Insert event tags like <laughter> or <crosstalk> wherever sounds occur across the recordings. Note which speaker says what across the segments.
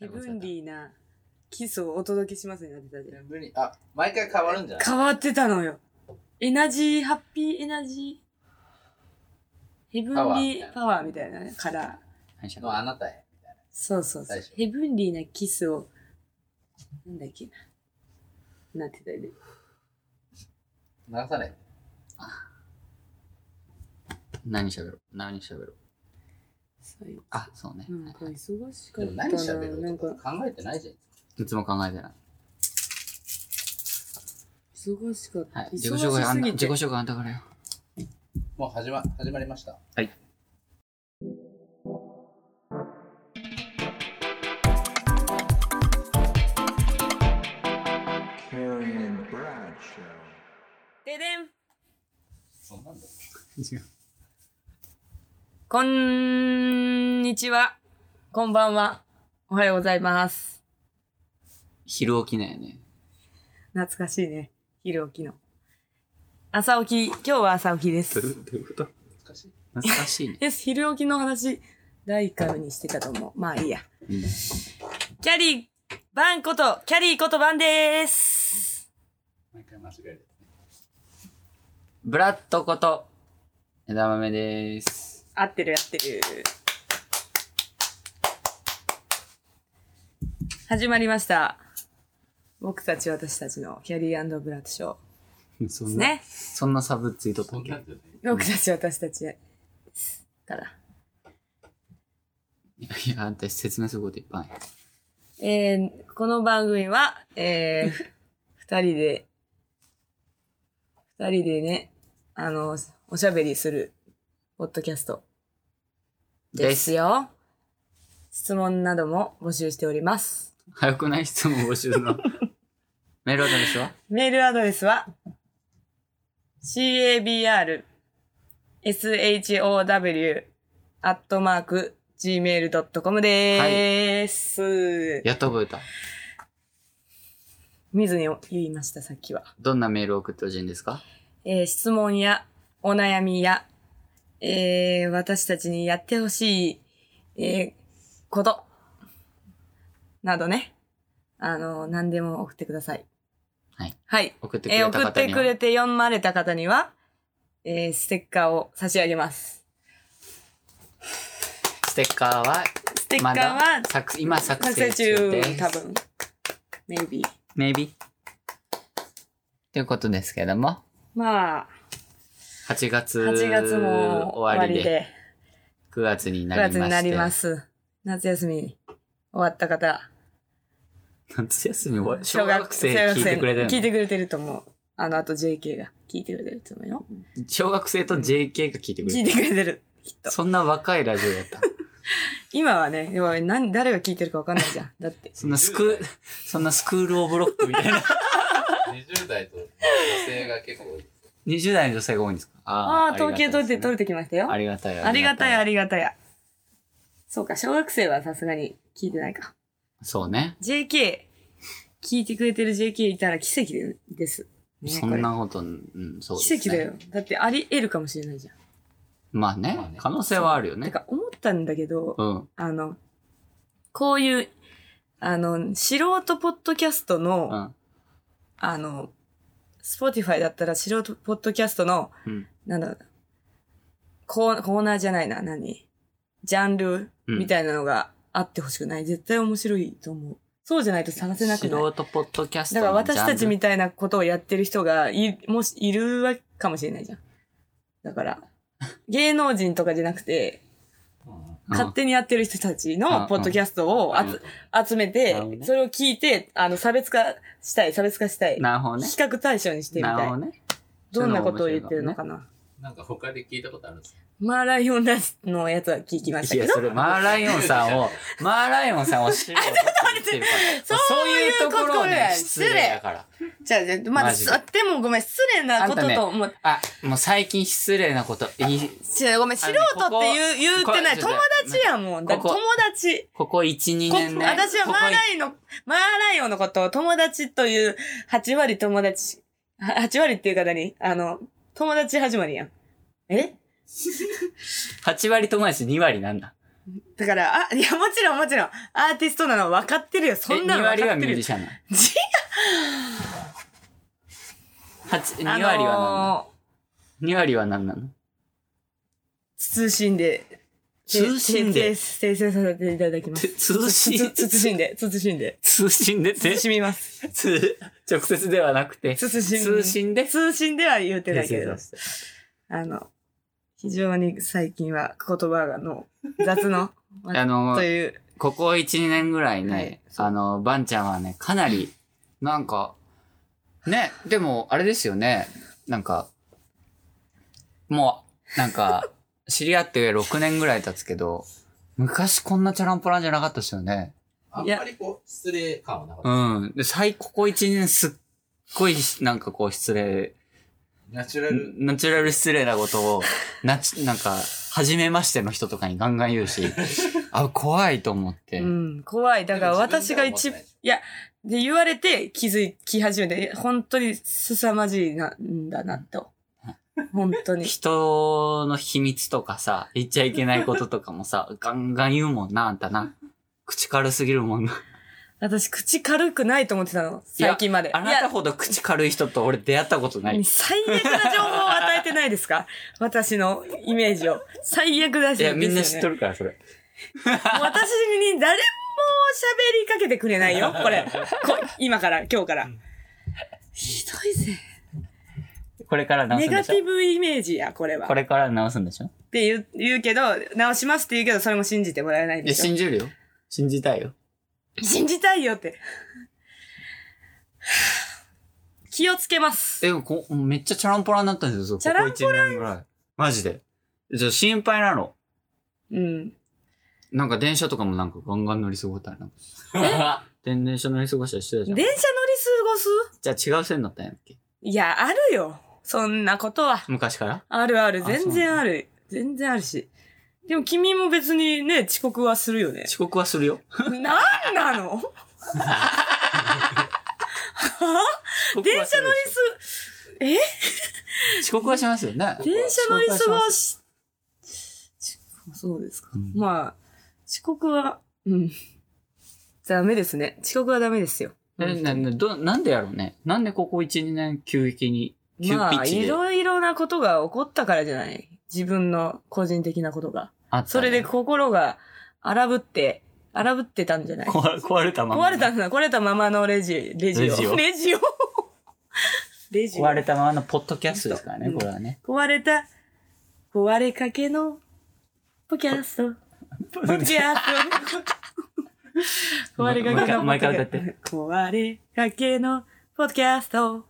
Speaker 1: ヘブンリーなキスをお届けしますね、当てたで。
Speaker 2: 無理あ、毎回変わるんじゃない
Speaker 1: 変わってたのよ。エナジー、ハッピーエナジー、ヘブンリーパワーみたいなね、から。
Speaker 3: 反射
Speaker 2: のあなたへ。
Speaker 1: そうそうそ
Speaker 2: 最
Speaker 1: う
Speaker 2: 初。
Speaker 1: ヘブンリーなキスを、なんだっけな。なってたで。
Speaker 2: 流さない。
Speaker 3: 何喋ろう何喋ろう
Speaker 1: そういう。
Speaker 3: あ、そうね。
Speaker 1: なんか忙しか
Speaker 2: で
Speaker 1: っ
Speaker 2: も
Speaker 1: たな。
Speaker 2: 何喋ろ
Speaker 1: なん
Speaker 2: うと
Speaker 1: か、
Speaker 2: か考えてないじゃん。
Speaker 3: いつも考えてない。
Speaker 1: 忙しかった。
Speaker 3: はい。
Speaker 1: 忙し
Speaker 3: 自己紹介あ
Speaker 1: す
Speaker 3: んた、
Speaker 1: ぎ
Speaker 3: 自
Speaker 1: て
Speaker 3: 己紹介あんたからよ。
Speaker 2: もう始ま、始まりました。
Speaker 3: はい。
Speaker 4: Carrie and Bradshaw.
Speaker 1: ででん
Speaker 2: そんなんだ。
Speaker 3: 違う。
Speaker 1: こんにちは。こんばんは。おはようございます。
Speaker 3: 昼起きないよね。
Speaker 1: 懐かしいね。昼起きの。朝起き、今日は朝起きです。
Speaker 3: どういうこと
Speaker 2: 難しい。
Speaker 3: 懐
Speaker 1: <laughs>
Speaker 3: かしいね。
Speaker 1: です。昼起きの話、第1回にしてたと思う。まあいいや。
Speaker 3: うん
Speaker 1: キャリー、バンこと、キャリーことバンでーす。
Speaker 2: 毎回間違える。
Speaker 3: ブラッドこと、枝豆です。
Speaker 1: 合ってる合ってる。始まりました。僕たち私たちのキャリーブラッドショー
Speaker 3: そ
Speaker 1: です
Speaker 3: んな、
Speaker 1: ね。
Speaker 3: そんなサブツイート
Speaker 2: そ
Speaker 3: だっ
Speaker 2: んなん
Speaker 3: け
Speaker 2: じゃない。
Speaker 1: 僕たち私たちから。
Speaker 3: いや、あんた説明することいっぱいある。
Speaker 1: えーこの番組は、えー二人で、二人でね、あの、おしゃべりする、ポッドキャストですよ。質問なども募集しております。
Speaker 3: 早くない質問募
Speaker 1: <laughs>
Speaker 3: 集の。メールアドレスは
Speaker 1: メールアドレスは、cabr, show, アットマーク、gmail.com でーす。
Speaker 3: やっと覚えた。
Speaker 1: 見ずに言いました、さっきは。
Speaker 3: どんなメールを送ってほしいんですか
Speaker 1: えー質問やお悩みや、えー私たちにやってほしい、えーこと、などね。あの、何でも送ってください。
Speaker 3: はい。
Speaker 1: はい。
Speaker 3: 送ってくれ
Speaker 1: えー
Speaker 3: た方に
Speaker 1: 送
Speaker 3: は。
Speaker 1: ってくれて読まれた方には、えーステッカーを差し上げます。
Speaker 3: ステッカーは、
Speaker 1: ステッカ
Speaker 3: ま
Speaker 1: ーは
Speaker 3: だ、作今作
Speaker 1: 作成
Speaker 3: 成中
Speaker 1: 中
Speaker 3: です。、
Speaker 1: 多分。maybe。
Speaker 3: maybe ということですけども
Speaker 1: まあ、
Speaker 3: 8月
Speaker 1: 8月も
Speaker 3: 終
Speaker 1: 終
Speaker 3: わ
Speaker 1: わ
Speaker 3: り
Speaker 1: り
Speaker 3: で
Speaker 1: で、
Speaker 3: 9月
Speaker 1: 9
Speaker 3: になりま
Speaker 1: 月
Speaker 3: して
Speaker 1: になります。夏休み終わった方、
Speaker 3: 夏休み終わり小学生聞いてくれてる
Speaker 1: 聞い
Speaker 3: の
Speaker 1: てくれてると思う。あの、あと JK が聞いてくれてると思うよ。
Speaker 3: 小学生と JK が聞いてく
Speaker 1: 聞
Speaker 3: れ
Speaker 1: い
Speaker 3: て
Speaker 1: て
Speaker 3: る
Speaker 1: くれてる。きっと。
Speaker 3: そんな若いラジオだった
Speaker 1: 今はね、でも何、誰が聞いてるかわかんない
Speaker 3: <laughs>
Speaker 1: じゃん。だって。
Speaker 3: そんな
Speaker 1: <laughs>
Speaker 3: スクそんなスクールオブロックみたいな
Speaker 2: 20代と女性が結構多い。
Speaker 3: 20代の女性が多いんですか
Speaker 1: あ
Speaker 3: あ
Speaker 1: あ、統計取って、取れ
Speaker 3: れ
Speaker 1: てきましたよ。
Speaker 3: ありがたい
Speaker 1: ありがたい、ありがたい。そうか、小学生はさすがに聞いてないか。
Speaker 3: そうね
Speaker 1: JK、聞いてくれてる JK いたら奇跡でです。ね
Speaker 3: そんなこと、うん、そ
Speaker 1: こ
Speaker 3: う
Speaker 1: れ
Speaker 3: です
Speaker 1: 奇跡
Speaker 3: ね。
Speaker 1: だよ。だってあり得るかもしれないじゃん。
Speaker 3: まあね
Speaker 2: まあね、
Speaker 3: 可能性はあるよ
Speaker 1: なん
Speaker 3: ね。
Speaker 1: か思ったんだけど、
Speaker 3: うん。
Speaker 1: あの、こういう、あの、素人ポッドキャストの、
Speaker 3: うん。
Speaker 1: あの、スポティファイだったら素人ポッドキャストの、
Speaker 3: うん
Speaker 1: なんだろうなコー、コーナーじゃないな、何ジャンル
Speaker 3: うん
Speaker 1: みたいなのがあってほしくない。絶対面白いと思う。そうじゃないと探せなく
Speaker 3: 素
Speaker 1: ない。
Speaker 3: 人ポッドキャスト
Speaker 1: だ
Speaker 3: の
Speaker 1: から私た
Speaker 3: ジ
Speaker 1: ち
Speaker 3: ャンル
Speaker 1: みたいなことをやってる人がい、もし、いるわかもしれないじゃん。だから、芸能人とかじゃなくて、勝手にやってる人たち
Speaker 3: うん
Speaker 1: のポッドキャストをあつ集め
Speaker 3: な
Speaker 1: て
Speaker 3: るほど、ね
Speaker 1: それを聞いて、あの、差別化したい、差別化したい。
Speaker 3: なるほどね。
Speaker 1: 比較対象にしてみ
Speaker 3: な
Speaker 1: た
Speaker 3: る
Speaker 1: い
Speaker 3: ほ。どね。
Speaker 1: どんなことを言ってるのかな。
Speaker 2: なんか他で聞いたことあるんですか
Speaker 1: マーライオンラスのやつは聞きました
Speaker 3: い
Speaker 1: け
Speaker 3: や、
Speaker 1: ど。
Speaker 3: それ、マーライオンさんを、マーライオンさんを知る。
Speaker 1: そういうところ
Speaker 3: をね失礼だから。
Speaker 1: じゃあ、じゃあま
Speaker 3: マジで
Speaker 1: ず、あでもごめん、失礼なことと思って、
Speaker 3: あ、もう最近失礼なこと、いい、
Speaker 1: 違うごめん、素人って言う言うてない。
Speaker 3: こ
Speaker 1: 友
Speaker 3: こ
Speaker 1: 達やもん。だ
Speaker 3: ここ
Speaker 1: 友達。
Speaker 3: ここ1、2
Speaker 1: こ
Speaker 3: 年ね。
Speaker 1: 私は
Speaker 3: こ
Speaker 1: マ
Speaker 3: こ
Speaker 1: ーライの、マーライオンのことを友達という、8割友達、は8割っていう方に、あの、友達始まりやん。え
Speaker 3: 8割友達2割なんだ。
Speaker 1: だから、あ、いや、もちろんもちろん、アーティストなの分かってるよ。そんな
Speaker 3: え
Speaker 1: の
Speaker 3: 2割
Speaker 1: 分か
Speaker 3: は
Speaker 1: っ
Speaker 3: ミ
Speaker 1: て
Speaker 3: ュー
Speaker 1: る
Speaker 3: ジ
Speaker 1: よ。
Speaker 3: シャンな
Speaker 1: じ
Speaker 3: 2割は何なの、
Speaker 1: あのー
Speaker 3: ?2 割は何なの
Speaker 1: 通信で、
Speaker 3: 通信で
Speaker 1: 訂正させていただきます。
Speaker 3: 通信
Speaker 1: つつ慎んで、慎んで。
Speaker 3: 通信でって
Speaker 1: 慎みます。
Speaker 3: つ直接ではなくて
Speaker 1: 慎み
Speaker 3: 通信で
Speaker 1: 通信では言うてないけれど
Speaker 3: 訂正。させて
Speaker 1: あの、非常に最近は言葉がの雑
Speaker 3: <laughs>
Speaker 1: の、
Speaker 3: あの
Speaker 1: という、
Speaker 3: ここ1、2年ぐらいね、
Speaker 1: はいそう
Speaker 3: あの、バンちゃんはね、かなり、なんか、ね、でも、あれですよね、なんか、もう、なんか、知り合って6年ぐらい経つけど、昔こんなチャランポランじゃなかったですよね。
Speaker 2: あん
Speaker 1: いや
Speaker 2: まりこう、失礼感はなかった。
Speaker 3: うん。で、最、ここ1、2年すっごい、なんかこう、失礼、
Speaker 2: ナチュラル。
Speaker 3: ナチュラル失礼なことを、なち、なんか、初めましての人とかにガンガン言うし、あ、怖いと思って。
Speaker 1: うん、怖い。だから私が一、
Speaker 2: でも
Speaker 1: い
Speaker 2: 自分では思ってないでしょ
Speaker 1: や、で言われて気づき始めて、いや本当に凄まじいなんだな、
Speaker 3: <laughs>
Speaker 1: と。本当に。
Speaker 3: 人の秘密とかさ、言っちゃいけないこととかもさ、
Speaker 1: <laughs>
Speaker 3: ガンガン言うもんな、あんたな。口軽すぎるもんな。
Speaker 1: 私、口軽くないと思ってたの、
Speaker 3: いや
Speaker 1: 最近まで。
Speaker 3: あなたほど口軽い人と俺出会ったことない
Speaker 1: や
Speaker 3: い。
Speaker 1: 最悪な情報を与えてないです
Speaker 3: <laughs>
Speaker 1: か私のイメージを。最悪だし。
Speaker 3: いや、みんな知っと
Speaker 1: る。
Speaker 3: るから、それ。
Speaker 1: 私に誰も喋りかけてくれないよ、これ。こ今から、今日から。ひどいぜ。
Speaker 3: これから直す
Speaker 1: ネ
Speaker 3: んで
Speaker 1: ガ
Speaker 3: し
Speaker 1: ティブイメージや、これ
Speaker 3: ょ
Speaker 1: は。
Speaker 3: これから直すんでしょ
Speaker 1: って言う言うけど、直しますって言うけど、それも信じてもらえない
Speaker 3: い
Speaker 1: で
Speaker 3: や、
Speaker 1: しょ。
Speaker 3: 信じるよ。信じたいよ。
Speaker 1: 信じたいよって。 <sighs> 気をつけます。
Speaker 3: でもこ、めっちゃチャランポラになったんですよ、
Speaker 1: チャラン
Speaker 3: ポランぐらい。マジで。じゃ心配なの。
Speaker 1: うん。
Speaker 3: なんか電車とかもなんかガンガン乗り過ごしたりなんか。
Speaker 2: <laughs>
Speaker 3: 電電車乗り過ごしたりしてたじ
Speaker 1: 電
Speaker 3: ゃん
Speaker 1: 車乗り。過ごす
Speaker 3: じゃあ違う線だったんやっけ
Speaker 1: いや、あるよ。そんなことは。
Speaker 3: 昔から
Speaker 1: あるある。
Speaker 3: あそう
Speaker 1: 全然ある。全然あるし。でも君も別にね、遅刻はするよね。
Speaker 3: 遅刻はするよ。
Speaker 1: なんな
Speaker 3: <laughs>
Speaker 1: の電車乗りす、
Speaker 3: 遅刻はしますよね。
Speaker 1: 電車乗り過
Speaker 3: は
Speaker 1: ごし、そうですか。
Speaker 3: うん
Speaker 1: まあ、遅刻は、うん。ダメですね。遅刻はダメですよ。
Speaker 3: え、な、な、ど、なんでやろうね。なんでここ1、2年急激に、急ピ
Speaker 1: ま
Speaker 3: ッ
Speaker 1: あ、
Speaker 3: チ
Speaker 1: い
Speaker 3: で。
Speaker 1: ろいろなことが起こったからじゃない。自分の個人的なことが。
Speaker 3: あった
Speaker 1: それで心が荒ぶって、荒ぶってたんじゃない
Speaker 3: 壊れ、壊れたまま。
Speaker 1: 壊れたんだ。壊れたままのレジ、レジ
Speaker 3: レジ
Speaker 1: を。
Speaker 3: を
Speaker 1: レジを。 <laughs> レジを。
Speaker 3: 壊れたままのポッドキャストですからね、
Speaker 1: うん
Speaker 3: これはね。
Speaker 1: 壊れた、壊れかけの、ポッドキャス
Speaker 3: <laughs>
Speaker 1: ト。ポッドキャスト。壊れかけの、
Speaker 3: もう一回もう一回歌って。
Speaker 1: 壊れかけの、ポッドキャスト。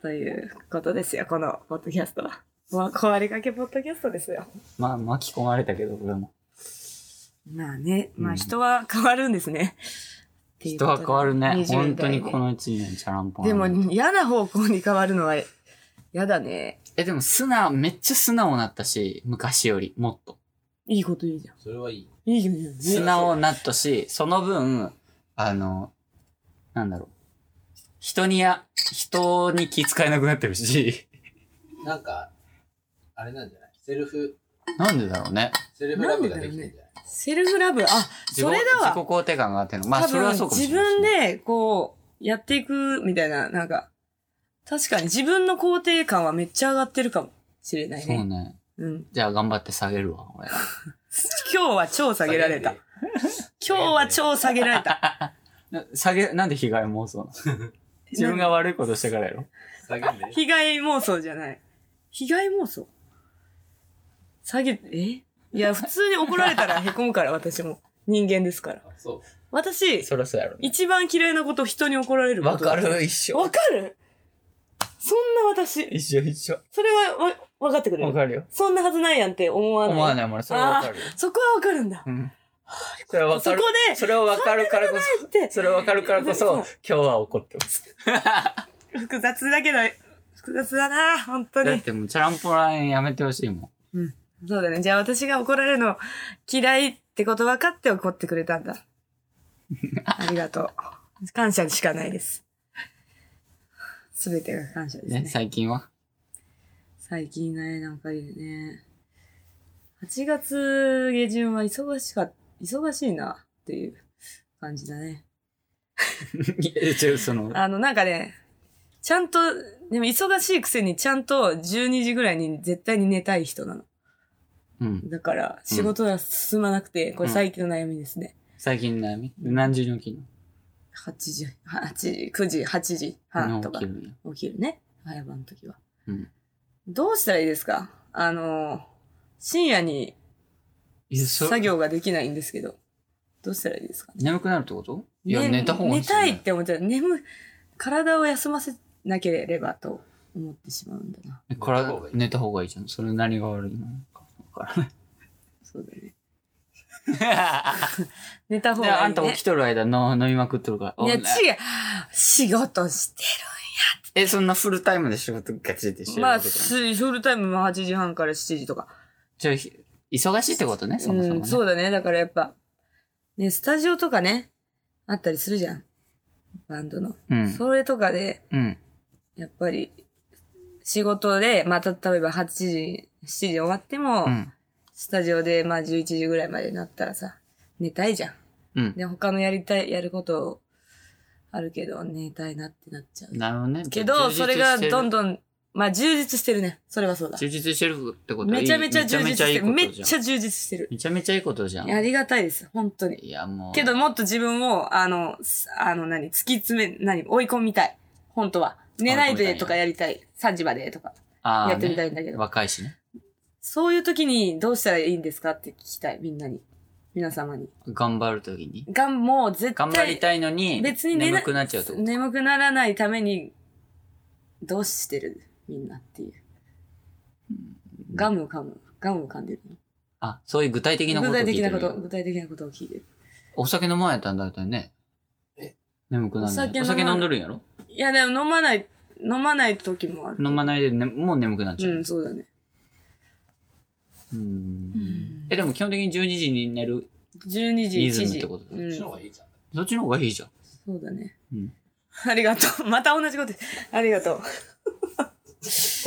Speaker 1: ということですよ、このポッドキャストは。もう壊れかけポッドキャストですよ。
Speaker 3: まあ、巻き込まれたけど、俺も。
Speaker 1: まあね、ま
Speaker 3: う
Speaker 1: あ
Speaker 3: ん
Speaker 1: 人は変わるんですね。
Speaker 3: 人は変わる
Speaker 1: ってい
Speaker 3: ね。
Speaker 1: うことで
Speaker 3: 本当にこ。
Speaker 1: 20代
Speaker 3: の1年、チャランポン。
Speaker 1: ででも、嫌な方向に変わるのは、嫌だね。
Speaker 3: え、でも素直、めっちゃ素直になったし、昔より、もっと。
Speaker 1: いいこと言うじゃん。
Speaker 2: それはいい。
Speaker 1: いいよ、いいよ。
Speaker 3: 素直になったし、その分、あの、なんだろう。人にや、人に気遣えなくなってるし、
Speaker 2: なんか、あれなんじゃないセルフ、
Speaker 3: なんでだろうね。
Speaker 2: セルフラブができてんじゃない
Speaker 1: セルフラブ、あ、
Speaker 3: 自己
Speaker 1: それだわ。
Speaker 3: 自己肯定感があっての。まあ、
Speaker 1: 多
Speaker 3: それは
Speaker 1: 分
Speaker 3: そうかもし
Speaker 1: 自
Speaker 3: れない、
Speaker 1: 分、で、こう、やっていく、みたいな、なんか、確かに自分の肯定感はめっちゃ上がってるかもしれない
Speaker 3: そう
Speaker 1: ね。
Speaker 3: ね。
Speaker 1: うん。
Speaker 3: じゃあ、頑張って下げるわ、俺。
Speaker 1: 今日は超下げられた。。今日は超下げられ
Speaker 3: <laughs>
Speaker 1: た。
Speaker 3: な下げ、なんで被害妄想なの
Speaker 1: <laughs>
Speaker 3: 自分が悪いことしてからやろ
Speaker 2: 下げんで。
Speaker 3: <laughs>
Speaker 1: 被害妄想じゃない。被害妄想下げ、えいや、普通に怒られたら凹むから、私も。人間ですから。
Speaker 2: あそう。
Speaker 1: 私、
Speaker 3: そりゃそうやろ、ね。
Speaker 1: 一番嫌いなこと人に怒られるこ
Speaker 3: わ
Speaker 1: と。
Speaker 3: か。る、一緒
Speaker 1: わ。かるそんな私。
Speaker 3: 一緒一緒。
Speaker 1: それはわ、分かってくれ
Speaker 3: わ
Speaker 1: る。
Speaker 3: かるよ。
Speaker 1: そんなはずないやんって思わない。
Speaker 3: 思わないもん、それはわかるよ。
Speaker 1: そこは分かるんだ。
Speaker 3: うん。それはわ
Speaker 1: そ
Speaker 3: か
Speaker 1: こ
Speaker 3: る。
Speaker 1: で、
Speaker 3: それはわかるからこ
Speaker 1: そって
Speaker 3: そ、それはわかるからこそ、
Speaker 1: そう
Speaker 3: 今日は怒ってます。
Speaker 1: 複雑だけど、複雑だな、本当
Speaker 3: だっ
Speaker 1: に。
Speaker 3: てもうチャランポランやめてほしいもん。
Speaker 1: そうだね。じゃあ私が怒られるの嫌いってこと分かって怒ってくれたん
Speaker 3: <laughs>
Speaker 1: だ。ありがとう。感謝しかないです。すべてが <laughs> 感謝ですね。
Speaker 3: ね、最近は。
Speaker 1: 最近ね、なんかいいね。 8月下旬は忙しかっ、忙しいなっていう感じだね。
Speaker 3: いや違う、その、
Speaker 1: あの、なんかね、ちゃんと、でも忙しいくせにちゃんと12時ぐらいに絶対に寝たい人なの。
Speaker 3: うん。
Speaker 1: だから、仕事が進まなくて、これ最近の悩みですね。
Speaker 3: 最近の悩み何時に起きる
Speaker 1: 8時、8時、9時、8時半
Speaker 3: の
Speaker 1: とか
Speaker 3: 起きるんや
Speaker 1: 起きるね。早番の時は。
Speaker 3: うん
Speaker 1: どうしたらいいですかあの、深夜に
Speaker 3: いやそ
Speaker 1: 作業ができないんですけど、どうしたらいいですか
Speaker 3: 眠くなるってこといや、
Speaker 1: ね
Speaker 3: 寝た方がいい
Speaker 1: 寝
Speaker 3: ですよ
Speaker 1: た
Speaker 3: ね
Speaker 1: いって思っちゃう。眠、体を休ませなければと思ってしまうんだな。
Speaker 3: え体、寝た方がいいじゃん。それ何が悪いのか。
Speaker 1: <laughs>
Speaker 3: わからない。
Speaker 1: そうだね。寝た方
Speaker 3: で、
Speaker 1: が
Speaker 3: あ
Speaker 1: いい、
Speaker 3: ん
Speaker 1: ね。
Speaker 3: た起きとる間の飲みまくっとるから。
Speaker 1: いや、違
Speaker 3: お
Speaker 1: う
Speaker 3: ね。
Speaker 1: 仕事して
Speaker 3: え、そんなフルタイムで仕事ガチでし
Speaker 1: る。
Speaker 3: てる
Speaker 1: ま
Speaker 3: わ
Speaker 1: あ、
Speaker 3: けじゃん
Speaker 1: すフルタイムも8時半から7時とか。
Speaker 3: ちょひ忙しいってことね、そもそも、ね
Speaker 1: うん、そうだね。だからやっぱ、ね、スタジオとかね、あったりするじゃん。バンドの。
Speaker 3: うん。
Speaker 1: それとかで、
Speaker 3: うん。
Speaker 1: やっぱり、仕事で、また例えば8時、7時終わっても、
Speaker 3: うん。
Speaker 1: スタジオでまあ11時ぐらいまでになったらさ、寝たいじゃん。
Speaker 3: うん。
Speaker 1: で、他のやりたい、やることあるけど、寝たいなってなっちゃう。
Speaker 3: なるほどね。
Speaker 1: けど、それがどん
Speaker 3: ど
Speaker 1: どん、まあ充実してるね。それはそうだ。
Speaker 3: 充実してるってこと
Speaker 1: めちゃめちゃ充実してる。め
Speaker 3: め
Speaker 1: っ
Speaker 3: ちゃめちゃいいことじゃん
Speaker 1: ちゃ充実してる。
Speaker 3: めちゃめちゃいいことじゃん。
Speaker 1: いやありがたいです。本当に。
Speaker 3: いや、もう。
Speaker 1: けど、もっと自分を、あの、すあの、何、突き詰め、何、追い込みたい。本当は。寝ない
Speaker 3: 追い込みたい
Speaker 1: で
Speaker 3: んや
Speaker 1: とかやりたい。3時までとか。
Speaker 3: あー
Speaker 1: やってみたいんだけど
Speaker 3: ね若いしね。
Speaker 1: そういう時にどうしたらいいんですかって聞きたい。みんなに。皆様に。
Speaker 3: 頑張るときに。
Speaker 1: がん、もう絶対。
Speaker 3: 頑張りたいのに、
Speaker 1: 別に寝な
Speaker 3: 眠くなっちゃうってこと。
Speaker 1: 眠くならないために、どうしてるみんなっていう。ガムを噛む。ガムを噛んでる。
Speaker 3: あ、そういう具体的なこと
Speaker 1: 具
Speaker 3: を聞
Speaker 1: 体
Speaker 3: いて
Speaker 1: 的
Speaker 3: る
Speaker 1: なこと、具体的なことを聞いてる。
Speaker 3: お酒飲まないとだいたいね。
Speaker 2: え
Speaker 3: 眠くなる。
Speaker 1: お
Speaker 3: お
Speaker 1: 酒
Speaker 3: 酒
Speaker 1: 飲
Speaker 3: お
Speaker 1: まない
Speaker 3: 酒飲んどるんやろ
Speaker 1: いや、でも飲まない、飲まない時もある。
Speaker 3: 飲まないで、ね、もう眠くなっちゃ
Speaker 1: う
Speaker 3: う。
Speaker 1: ん、そうだね。
Speaker 3: うん。え、でも基本的に12時に寝る。
Speaker 1: 12時、1
Speaker 3: リズム
Speaker 1: 時。
Speaker 3: ってことだ
Speaker 1: うん、
Speaker 2: ちの
Speaker 1: そ
Speaker 2: 方がいいじゃん。
Speaker 3: そっちの方がいいじゃん。
Speaker 1: うだね。
Speaker 3: うん
Speaker 1: ありがとう。 <laughs> また同じこと。ありがとう。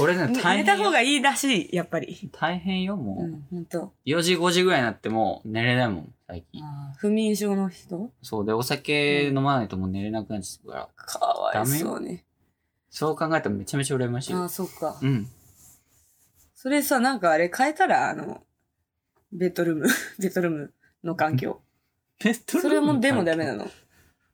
Speaker 3: 俺ね、
Speaker 1: ね
Speaker 3: <laughs> 大
Speaker 1: 寝
Speaker 3: 変。
Speaker 1: た方がいいらしい、やっぱり。
Speaker 3: 大変よ、もう。
Speaker 1: うん、ほんと。
Speaker 3: 4時、5時ぐらいになってもう寝れないもん、最近。
Speaker 1: あー不眠症の人
Speaker 3: そうで、お酒飲まないともう寝れなくなっちゃうから。
Speaker 1: かわいそうね。
Speaker 3: そう考えたらめちゃめちゃ羨ましい。
Speaker 1: ああ、そっか。
Speaker 3: うん。
Speaker 1: それさ、なんかあれ変えたら、あの、ベッドルーム、 <laughs> ベッドルームの環境。
Speaker 3: ペット
Speaker 1: それもでもダメ
Speaker 3: だ。
Speaker 1: なの。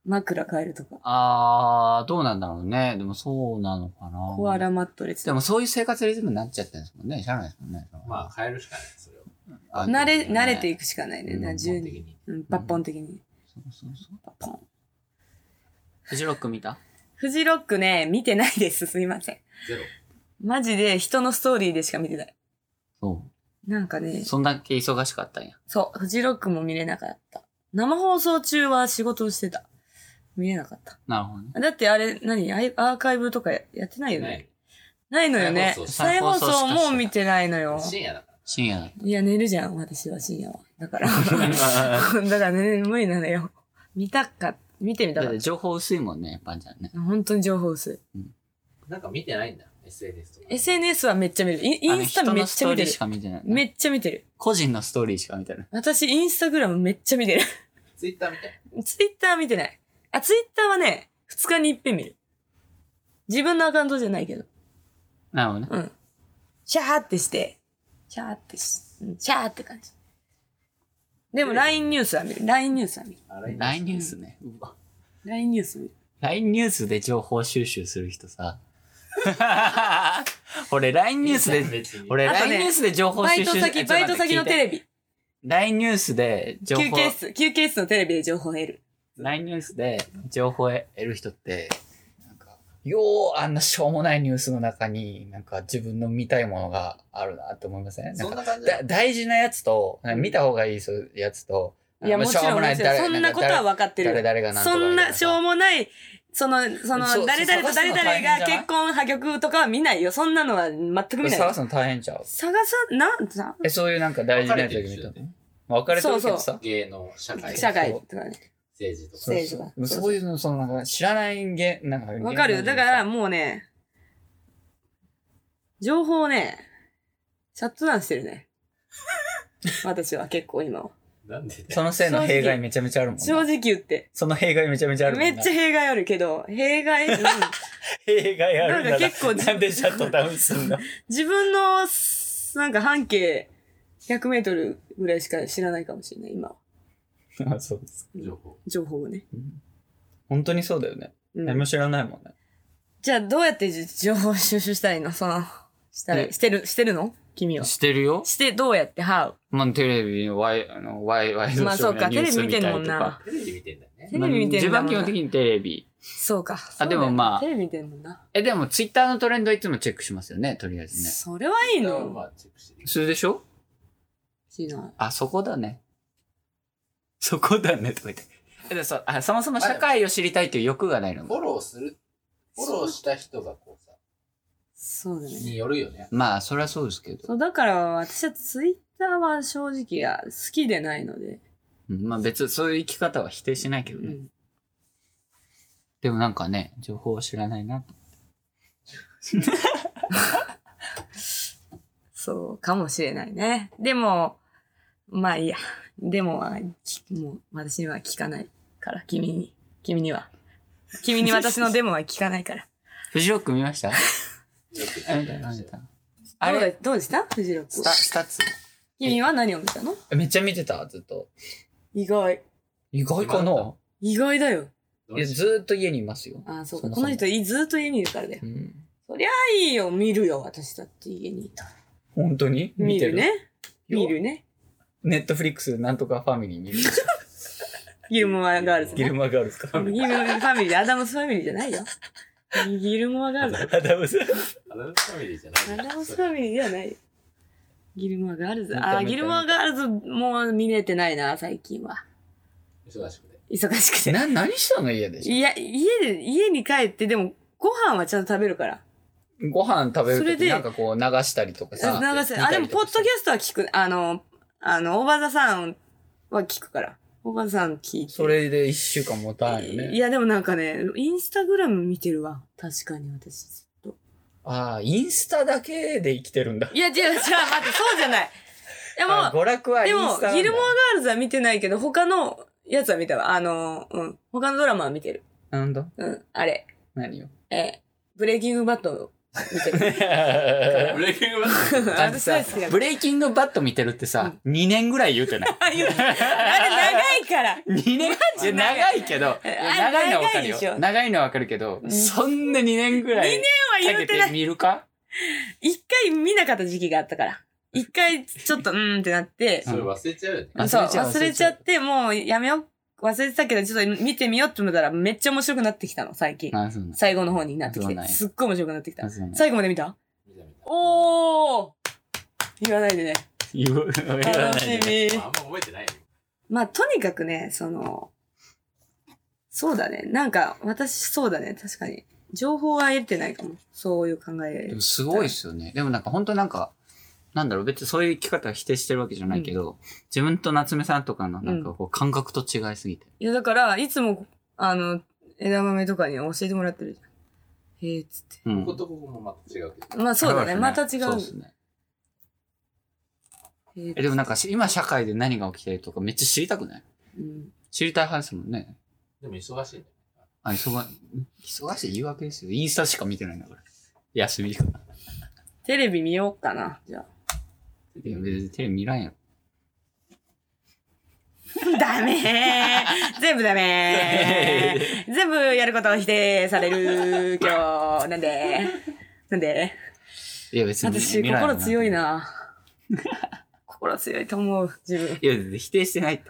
Speaker 1: 枕変えるとか。
Speaker 3: あー、どうなんだろうね。でもそうなのかな。
Speaker 1: コアラマットレス
Speaker 3: で。もそういう生活リズムになっちゃってるんですもんね。しゃあないですもんね。
Speaker 2: まあ、変えるしかない、それを。
Speaker 3: あ
Speaker 1: 慣れ、慣れていくしかないね。
Speaker 3: うん
Speaker 1: な
Speaker 2: 基
Speaker 1: 十
Speaker 2: 本
Speaker 1: 人。
Speaker 2: 的に。
Speaker 1: うん、抜本的に。
Speaker 3: そうそうそう。
Speaker 1: 抜本。
Speaker 3: フジロック見た
Speaker 1: フジロックね、見てないです。すいません。
Speaker 2: ゼロ。
Speaker 1: マジで人のストーリーでしか見てない。
Speaker 3: そ
Speaker 1: なんか
Speaker 3: う。
Speaker 1: ね、
Speaker 3: そんだけ忙しかったんや。
Speaker 1: そう、フジロックも見れなかった。生放送中は仕事をしてた。見れなかった。
Speaker 3: なるほどね。
Speaker 1: だってあれ、何アイアーカイブとかややってないよね。
Speaker 2: ない
Speaker 1: ないのよね。再
Speaker 3: 再
Speaker 1: 放
Speaker 3: 放送
Speaker 1: 送もう見てないのよ。
Speaker 2: 深夜だから。
Speaker 3: 深夜だっ
Speaker 1: いや、寝るじゃん、私は深夜は。だ
Speaker 3: <laughs>
Speaker 1: から。
Speaker 3: た。
Speaker 1: だからね、無理なのよ。見たか、見てみた
Speaker 3: だ
Speaker 1: か
Speaker 3: っ
Speaker 1: って
Speaker 3: 情報薄いもんね、やっぱんちゃんね。
Speaker 1: た。本当に情報薄い。
Speaker 2: なんか見てないんだ。SNS とか。
Speaker 1: SNS はめっちゃ見る。インインスタめっちゃ見
Speaker 3: あの人のストー
Speaker 1: て
Speaker 3: リー
Speaker 1: る
Speaker 3: し。か見てないね。
Speaker 1: めっちゃ見てる。
Speaker 3: 個人のストーリーしか見てない。
Speaker 1: 私、インスタグラムめっちゃ見てる。 <laughs>
Speaker 2: Twitter みたい。
Speaker 1: ツイッター見てない。あ、ツイッターはね、2日に一遍見る。自分のアカウントじゃないけど。
Speaker 3: なるほどね。
Speaker 1: うん。シャーってして、シャーってし、うんシャーって感じ。でも LINE ニュースは見る。LINE ニュースは見る。
Speaker 2: あれ
Speaker 3: LINE ニュースね。うわ。
Speaker 1: LINE ニュース見る。
Speaker 3: LINE ニュースで情報収集する
Speaker 1: <laughs>
Speaker 3: 人さ。俺 LINE ニュースで、
Speaker 2: 別に
Speaker 3: 俺
Speaker 1: あとね
Speaker 3: LINE ニュースで情報
Speaker 1: バイ
Speaker 3: 収集
Speaker 1: ト
Speaker 3: す
Speaker 1: 先、
Speaker 3: る
Speaker 1: バイト先のテ
Speaker 3: ビ。
Speaker 1: レビ。
Speaker 3: LINE ニュースで情報、
Speaker 1: 休憩室、休憩室のテレビで情報を得る。
Speaker 3: LINE ニュースで情報を得る人って、なんか、ようあんなしょうもないニュースの中に、なんか自分の見たいものがあるなって思いませんなん
Speaker 2: そん
Speaker 3: か
Speaker 2: な感じだ
Speaker 3: だ大事なやつと、なんか見た方がいいそういうやつと、
Speaker 1: いや、
Speaker 3: ま
Speaker 1: も
Speaker 3: あ
Speaker 1: ち
Speaker 3: し
Speaker 1: ろ、
Speaker 3: ょうん
Speaker 1: も
Speaker 3: もない
Speaker 1: ちろん
Speaker 3: 誰
Speaker 1: そんなことは分かって
Speaker 3: 誰
Speaker 1: る。
Speaker 3: 々がなんとか
Speaker 1: そんな、しょう
Speaker 3: も
Speaker 1: もない、その、そ
Speaker 3: そ
Speaker 1: の、
Speaker 3: う
Speaker 1: 誰々と
Speaker 3: 探す
Speaker 1: 誰
Speaker 3: の大変
Speaker 1: 々
Speaker 3: じゃな
Speaker 1: が
Speaker 3: い
Speaker 1: 結婚、破局とかは見ないよ。そんなのは全く見ないよ
Speaker 3: 探。すの大変ちゃう
Speaker 1: 探さ、なん、さ
Speaker 3: え、そういうなんか大事なやつだけ見
Speaker 2: 別
Speaker 3: たの
Speaker 2: に
Speaker 3: 別れてるけ
Speaker 1: そ
Speaker 3: どさ。
Speaker 2: 芸能、社会、
Speaker 1: 社会とかね。
Speaker 2: 政治とか。
Speaker 3: そう
Speaker 1: 政治
Speaker 3: そ
Speaker 1: とか
Speaker 3: うそういうの、そのなんか知らない芸、なんか芸能人
Speaker 1: わかるだから、もうね、
Speaker 3: <laughs>
Speaker 1: 情報をね、シャットダウンしてるね。私は結構今は。
Speaker 2: なんでだよ
Speaker 3: そのせいの弊害めちゃめちゃあるもん
Speaker 1: 正
Speaker 3: な。
Speaker 1: 直言って。
Speaker 3: その弊害めちゃめちゃあるもん
Speaker 1: め
Speaker 3: な。
Speaker 1: っちゃ弊害あるけど、弊害、うん
Speaker 3: 弊害ある
Speaker 1: なんか結構
Speaker 3: なんでシャットダウンす <laughs> んの
Speaker 1: 自分の、なんか半径100メートルぐらいしか知らないかもしれない、今は。
Speaker 3: あそうです。
Speaker 2: 情報。
Speaker 1: 情報をね。
Speaker 3: 本当にそうだよね。
Speaker 1: うん
Speaker 3: 何も知らないもんね。
Speaker 1: じゃあ、どうやってじ情報収集したらいいのその、したら、
Speaker 3: ね
Speaker 1: してる、してるの君は。
Speaker 3: してるよ。
Speaker 1: して、どうやって、how?
Speaker 3: まあ、テレビのワイ、あの、ワイ、ワイドショー
Speaker 1: まあそうか
Speaker 3: のニュース
Speaker 1: テレビ見てんもんな
Speaker 3: 見たりとか。
Speaker 2: テレビ見てんだよね。
Speaker 1: テレビ見てん
Speaker 3: ま
Speaker 1: だも
Speaker 3: あ
Speaker 1: ん
Speaker 3: 自分
Speaker 1: な
Speaker 3: は基本的にテレビ。
Speaker 1: そうか。
Speaker 3: あでもまあ
Speaker 1: そうだよねテレビ見てるもんな。
Speaker 3: え、でもツイッターのトレンドいつもチェックしますよね、とりあえずね。
Speaker 1: それはいい
Speaker 2: ま
Speaker 1: の
Speaker 2: あチェックしてる
Speaker 3: それでしょ
Speaker 1: しない。
Speaker 3: あ、そこだね。そこだね、とか言って。えでそあそもそも社会を知りたいという欲がないの
Speaker 2: フォローする、フォローした人がこうさ、
Speaker 1: そうだね。
Speaker 2: によるよね。
Speaker 3: まあ、それはそうですけど。
Speaker 1: そう、だから私はツイッターは正直あ好きでないので。
Speaker 3: うんまあ別にそういう生き方は否定しないけど
Speaker 1: う
Speaker 3: ね。
Speaker 1: ん。
Speaker 3: でもなんかね、情報を知らないなと。
Speaker 1: そうかもしれないね。でも、まあいいや。でも、あきもう私には聞かないから、君に。君には。君に私のデモは聞かない <laughs> から。
Speaker 3: フジロック見ました
Speaker 2: よく
Speaker 3: あ見た見たあ
Speaker 1: どうだ
Speaker 3: れ
Speaker 1: どうでした藤六
Speaker 3: スタ、スタッツ
Speaker 1: 君は何を見たの
Speaker 3: めっちゃ見てた、ずっと。
Speaker 1: 意外。
Speaker 3: 意外かな
Speaker 1: 意外だよ。
Speaker 3: いや、ずーっと家にいますよ。
Speaker 1: あそう
Speaker 3: そ
Speaker 1: か。
Speaker 3: も
Speaker 1: こ
Speaker 3: そも
Speaker 1: の人いずっと家にいるからだよ
Speaker 3: う。ん。
Speaker 1: そりゃいいよ。見るよ。私だって家にいたら。
Speaker 3: 本当に
Speaker 1: 見る。ね。
Speaker 3: よ
Speaker 1: 見るね。
Speaker 3: ネットフリックスなんとかファミリ
Speaker 1: <laughs>
Speaker 3: ー見る。
Speaker 1: ギルモアガールズね。
Speaker 3: ギルマガール
Speaker 1: <laughs>
Speaker 3: ズか。
Speaker 1: ギルモアファミリー、アダムスファミリーじゃないよ。ギルモアガールズ。
Speaker 3: アダムス。
Speaker 2: アダムスファミリーじゃな
Speaker 1: ア
Speaker 2: い
Speaker 1: ダムスファミリーではないよ。ギルモアガールズ。
Speaker 3: 見た
Speaker 1: あー、
Speaker 3: 見た
Speaker 1: ギルモアガールズもう見れてないな、最近は。
Speaker 2: 忙しくて。
Speaker 1: 忙しくて。
Speaker 3: な、何したの家でし
Speaker 1: いや、家で、家に帰って、でも、ご飯はちゃんと食べるから。
Speaker 3: ょご飯食べ
Speaker 1: それ
Speaker 3: ると
Speaker 1: で
Speaker 3: きなんかこう流したりとかさ。
Speaker 1: 流せ、あ、でも、ポッドキャ
Speaker 3: ャ
Speaker 1: ストは聞く。あの、あの、オーバーザさんは聞くから。オーバーザさん聞いて。
Speaker 3: それで一週間持たないよ
Speaker 1: い
Speaker 3: ね。
Speaker 1: や、でもなんかね、インスタグラム見てるわ。確かに私ずっと。
Speaker 3: ああ、インスタだけで生きてるんだ。
Speaker 1: いや、違う違う、待って、そうじゃない。で
Speaker 3: あ
Speaker 1: も、
Speaker 3: 娯楽はイン
Speaker 1: でも
Speaker 3: スタな、んだ。
Speaker 1: ギルモアガールズは見てないけど、他のやつは見たわ。あの、うん。他のドラマは見てる。
Speaker 3: なんだ
Speaker 1: うん。あれ、
Speaker 3: 何よ。
Speaker 1: えーブレイキングバット見て
Speaker 3: <laughs>
Speaker 1: る。
Speaker 2: ブレイキングバッド
Speaker 3: だって
Speaker 1: 私
Speaker 3: さ
Speaker 1: 大好きだか
Speaker 3: ブレイキングバット見てるってさ、2年ぐらい言うてない。
Speaker 1: <laughs> ら。あ、言うあれ長い
Speaker 3: <laughs>
Speaker 1: から。
Speaker 3: 2年
Speaker 1: ジ
Speaker 3: い
Speaker 1: 長
Speaker 3: や
Speaker 1: い
Speaker 3: 長いけど、い
Speaker 1: え
Speaker 3: や
Speaker 1: あ
Speaker 3: 長いのはわかる
Speaker 1: 長いでし
Speaker 3: よ。
Speaker 1: ょ
Speaker 3: 長いのはわかるけど、そんな2年ぐらい
Speaker 1: 今
Speaker 3: か
Speaker 1: 言
Speaker 3: け
Speaker 1: うて
Speaker 3: て
Speaker 1: ない。
Speaker 3: 見るか
Speaker 1: 一回見なかった時期があったから。一回ちょっと、うーんってなって、
Speaker 2: それ忘れちゃうよね。
Speaker 1: そう、
Speaker 3: 忘れちゃう
Speaker 1: 忘れちゃって、もうやめよう。忘れてたけど、ちょっと見てみようって思ったら、めっちゃ面白くなってきたの、最近。
Speaker 3: あ、そうなん
Speaker 1: 最後の方になってき
Speaker 3: そうなん
Speaker 1: て。
Speaker 3: や
Speaker 1: すっごい面白くなってきた
Speaker 3: あ。そうなんや
Speaker 1: 最後まで見た
Speaker 2: 見た見た
Speaker 1: おー言わないでね。
Speaker 3: 言う言わ
Speaker 1: 楽
Speaker 3: な
Speaker 1: し
Speaker 3: いで
Speaker 1: み
Speaker 2: まあ。あんま覚えてないよ。
Speaker 1: まあ、とにかくね、その、そうだね。なんか、私、そうだね。確かに。情報は得てないかも。そういう考え
Speaker 3: で。もすごいっすよね。でもなんか本当なんか、なんだろう、別にそういう生き方は否定してるわけじゃないけど、自分と夏目さんとかのなんかこう感覚と違いすぎて。
Speaker 1: いや、だから、いつも、あの、枝豆とかに教えてもらってるじゃん。へえ、つっ
Speaker 3: うん
Speaker 2: こことここもまた違うけど。
Speaker 1: て。まあ、そうだね。また違
Speaker 3: そう
Speaker 1: う
Speaker 3: っ。すね。
Speaker 1: へ
Speaker 3: え、
Speaker 1: え
Speaker 3: でもなんかし今社会で何が起きてるとかめっちゃ知りたくない
Speaker 1: うん
Speaker 3: 知りたい派ですもんね。
Speaker 2: でも忙しいんだよ。
Speaker 3: あ、忙、忙しい言い訳ですよ。インスタしか見てないんだから。休みか。
Speaker 1: テレビ見ようかな。じゃあ。
Speaker 3: いや、別にテレビ見らんやろ。
Speaker 1: ダメー全部ダメ
Speaker 3: <laughs>
Speaker 1: ー全部やることを否定される今日。なんでなんで
Speaker 3: いや、別に
Speaker 1: 私、
Speaker 3: 見らんやろ
Speaker 1: 心強い。な。心強いと思う、自分。
Speaker 3: いや、否定してないって。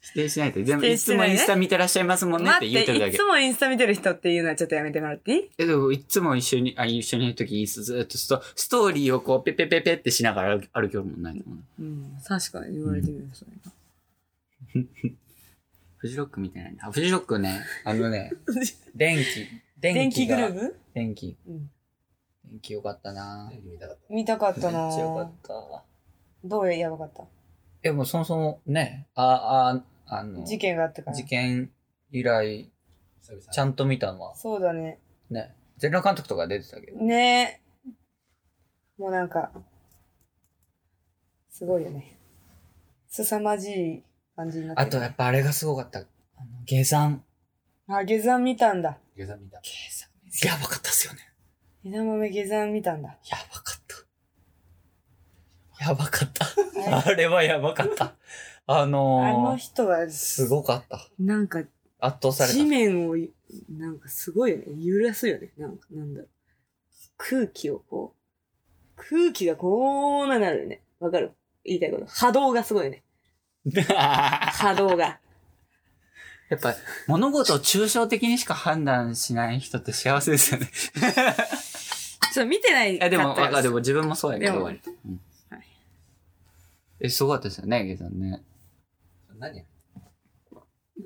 Speaker 3: 否定してないって。全部、
Speaker 1: 否定
Speaker 3: い
Speaker 1: し
Speaker 3: つ
Speaker 1: て
Speaker 3: も
Speaker 1: ない
Speaker 3: イ
Speaker 1: ね
Speaker 3: ンスタ見てらっしゃいますもんねっ
Speaker 1: 待
Speaker 3: て
Speaker 1: っ
Speaker 3: 言うてる
Speaker 1: て、
Speaker 3: だ
Speaker 1: い
Speaker 3: け
Speaker 1: つ。もインスタ見てる人っていうのはちょっとやめてもらっていい
Speaker 3: え、でも、いつも一緒に、あ、一緒にいるとき、ずーっとストストーリーをこう、ペペペペってしながら歩歩きよるもんないと思う。
Speaker 1: うん、確かに言われてみるそれ
Speaker 3: フジロック見てないな。あフジロックね、あのね、電気。
Speaker 1: <laughs> 電
Speaker 3: 電
Speaker 1: 気
Speaker 3: 気
Speaker 1: グ
Speaker 3: が
Speaker 1: ルーヴ
Speaker 3: 電気。
Speaker 1: うん
Speaker 3: 電気よかったな
Speaker 2: 何見たかった
Speaker 1: 見たかっ
Speaker 3: めっち
Speaker 1: た
Speaker 3: ゃ
Speaker 1: な
Speaker 3: よかった。
Speaker 1: どうやばかった
Speaker 3: え、もうそもそもね、あ、あ、あの、
Speaker 1: 事件があったから
Speaker 3: 事。件以来、
Speaker 2: 久々に
Speaker 3: ちゃんと見たのは、
Speaker 1: そうだね。
Speaker 3: ね、全裸監督とか出てたけど。
Speaker 1: ねえ。もうなんか、すごいよね。凄まじい感じになって
Speaker 3: あ
Speaker 1: る。
Speaker 3: とやっぱあれがすごかった。あの下山。
Speaker 1: あ、下山見たんだ。
Speaker 2: 下山見た。
Speaker 3: 下山。やばかったっすよね。
Speaker 1: 枝豆下山見たんだ。
Speaker 3: やばかった。やばかった。あれはやばか <laughs> った。あ
Speaker 1: あの
Speaker 3: のー、
Speaker 1: 人は、
Speaker 3: すごかった。
Speaker 1: なんか、
Speaker 3: 圧倒され
Speaker 1: 地
Speaker 3: た。
Speaker 1: 面を、なんかすごいよね。揺らすよね。なんか、なんだろう。空気をこう、空気がこうななるよね。わかる言いたいこと。波動がすごいよね。波動
Speaker 3: <laughs>
Speaker 1: が。
Speaker 3: やっぱ <laughs> 物事を抽象的にしか判断しない人って幸せ <laughs> ですよね。
Speaker 1: ちょっと見てない
Speaker 3: いやで
Speaker 1: か
Speaker 3: も、
Speaker 1: った
Speaker 3: わ
Speaker 1: よ
Speaker 3: かる。でも自分もそうやけ
Speaker 1: でも
Speaker 3: ど。
Speaker 1: はい
Speaker 3: うんえ、すごかったですよね、ゲさんね。
Speaker 2: 何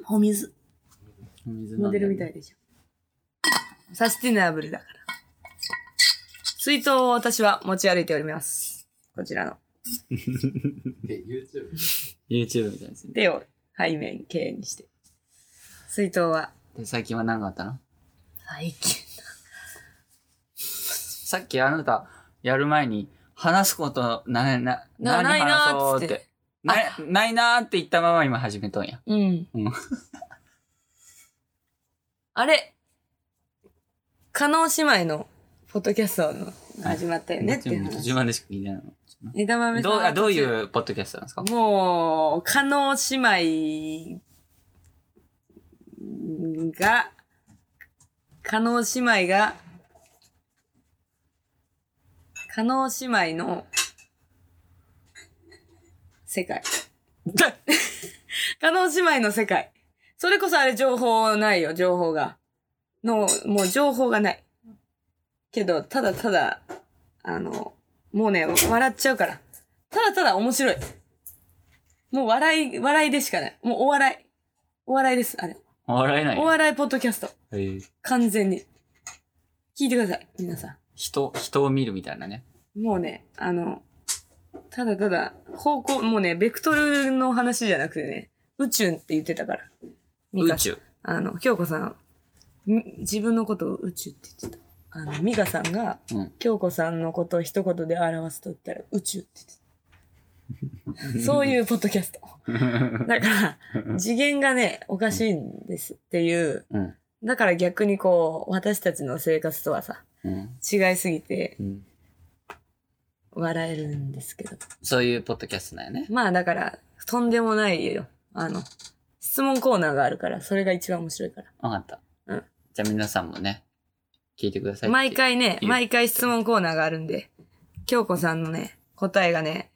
Speaker 1: お水。
Speaker 3: 水飲んだ
Speaker 1: モ
Speaker 3: り
Speaker 1: デルみたい。でしょ。サスティナブルだから。水筒を私は持ち歩いております。こちらの。
Speaker 2: で、YouTube。
Speaker 3: YouTube みたいですね。
Speaker 1: 手を背面形にして。水筒は、
Speaker 3: で、最近は何があったの
Speaker 1: 最近。
Speaker 3: さっきあなた、やる前に、話すことな、な、
Speaker 1: な
Speaker 3: 何
Speaker 1: ないなー
Speaker 3: 話そう
Speaker 1: っつって。
Speaker 3: な、ないなーって言ったまま今始めとんや。
Speaker 1: うん。
Speaker 3: うん
Speaker 1: <laughs> あれ、加納姉妹のポッドキャストの始まったよねっていう
Speaker 3: 途中
Speaker 1: 話。
Speaker 3: までしか聞いてないの。
Speaker 1: 枝豆さん
Speaker 3: どう、
Speaker 1: は
Speaker 3: あ、どういうポッドキャストなんですか
Speaker 1: もう、加納姉妹が、加納姉妹が、加納姉妹の世界。 <laughs> 加納姉妹の世界。それこそあれ情報ないよ、情報が。の、もう情報がない。けど、ただただ、あの、もうね、笑っちゃうから。ただただ面白い。もう笑い、笑いでしかない。もうお笑い。お笑いです、あれ。
Speaker 3: 笑えない
Speaker 1: お
Speaker 3: よ。
Speaker 1: 笑いポッドキャスト。
Speaker 3: えー
Speaker 1: 完全に。聞いてください、皆さ
Speaker 3: 人、人を見るみたいなね。
Speaker 1: ん。もうね、あの、ただただ、方向、もうね、ベクトルの話じゃなくてね、宇宙って言ってたから。ミカ
Speaker 3: 宇。宙。
Speaker 1: あの、京子さん、み自分のことを宇宙って言ってた。あの、美香さんが、
Speaker 3: うん。
Speaker 1: 京子さんのことを一言で表すと言ったら宇宙って言ってた。そういうポッドキャス
Speaker 3: <laughs>
Speaker 1: ト。だから、次元がね、おかしいんですっていう。
Speaker 3: うん。
Speaker 1: だから逆にこう、私たちの生活とはさ、
Speaker 3: うん。
Speaker 1: 違いすぎて
Speaker 3: うん。
Speaker 1: 笑えるんですけど。
Speaker 3: そういうポッドキャストだよね。
Speaker 1: まあだから、とんでもないよ。あの、質問コーナーがあるから、それが一番面白いから。
Speaker 3: わかった。
Speaker 1: うん。
Speaker 3: じゃあ皆さんもね、聞いてください。
Speaker 1: 毎。回ね、
Speaker 3: いい
Speaker 1: 毎回質問コーナーがあるんで、京子さんのね、答えがね、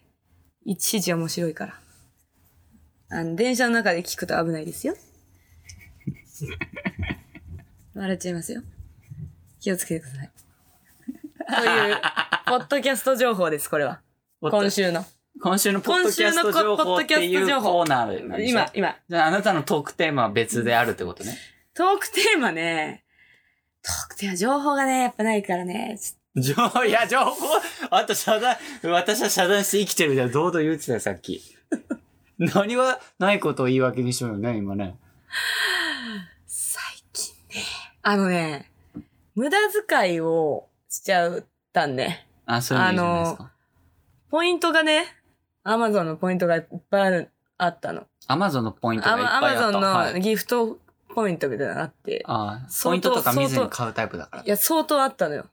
Speaker 1: いちいち面白いから。あの、電車の中で聞くと危ないですよ。
Speaker 3: <laughs>
Speaker 1: 笑っちゃいますよ。気をつけてください。 <laughs> という、ポッドキャスト情報です、これは。今。週の。
Speaker 3: 今週のポッドキャスト情報ってい
Speaker 1: 今週のポッドキャスト
Speaker 3: う
Speaker 1: 情報
Speaker 3: コーナーなんでしょ
Speaker 1: 今、今。
Speaker 3: じゃああなたのトークテーマは別であるってことね。
Speaker 1: トークテーマね、トークテーマ情報がね、やっぱないからね、ちょっと
Speaker 3: 情報 <laughs> いや、情報、あと遮断、私は遮断して生きてるみたいな、堂々言ってたよ、さっき。 <laughs> 何はないことを言い訳にしようよね、今ね。
Speaker 1: 最近ね。あのね、無駄遣いをしちゃったんね。
Speaker 3: あ、そういうのいいじゃないですか。
Speaker 1: ポイントがね、アマゾンのポイントがいっぱいある、あったの。
Speaker 3: アマゾンのポイントが
Speaker 1: ア
Speaker 3: いっ
Speaker 1: マア
Speaker 3: ぱいあ
Speaker 1: マ
Speaker 3: った。
Speaker 1: ゾ
Speaker 3: は
Speaker 1: ンの
Speaker 3: い、
Speaker 1: ギフトポイントみたいなのがあって、
Speaker 3: あ
Speaker 1: 相当
Speaker 3: ポイントとか見ずに買うタイプだから
Speaker 1: い。や、相当あったのよ。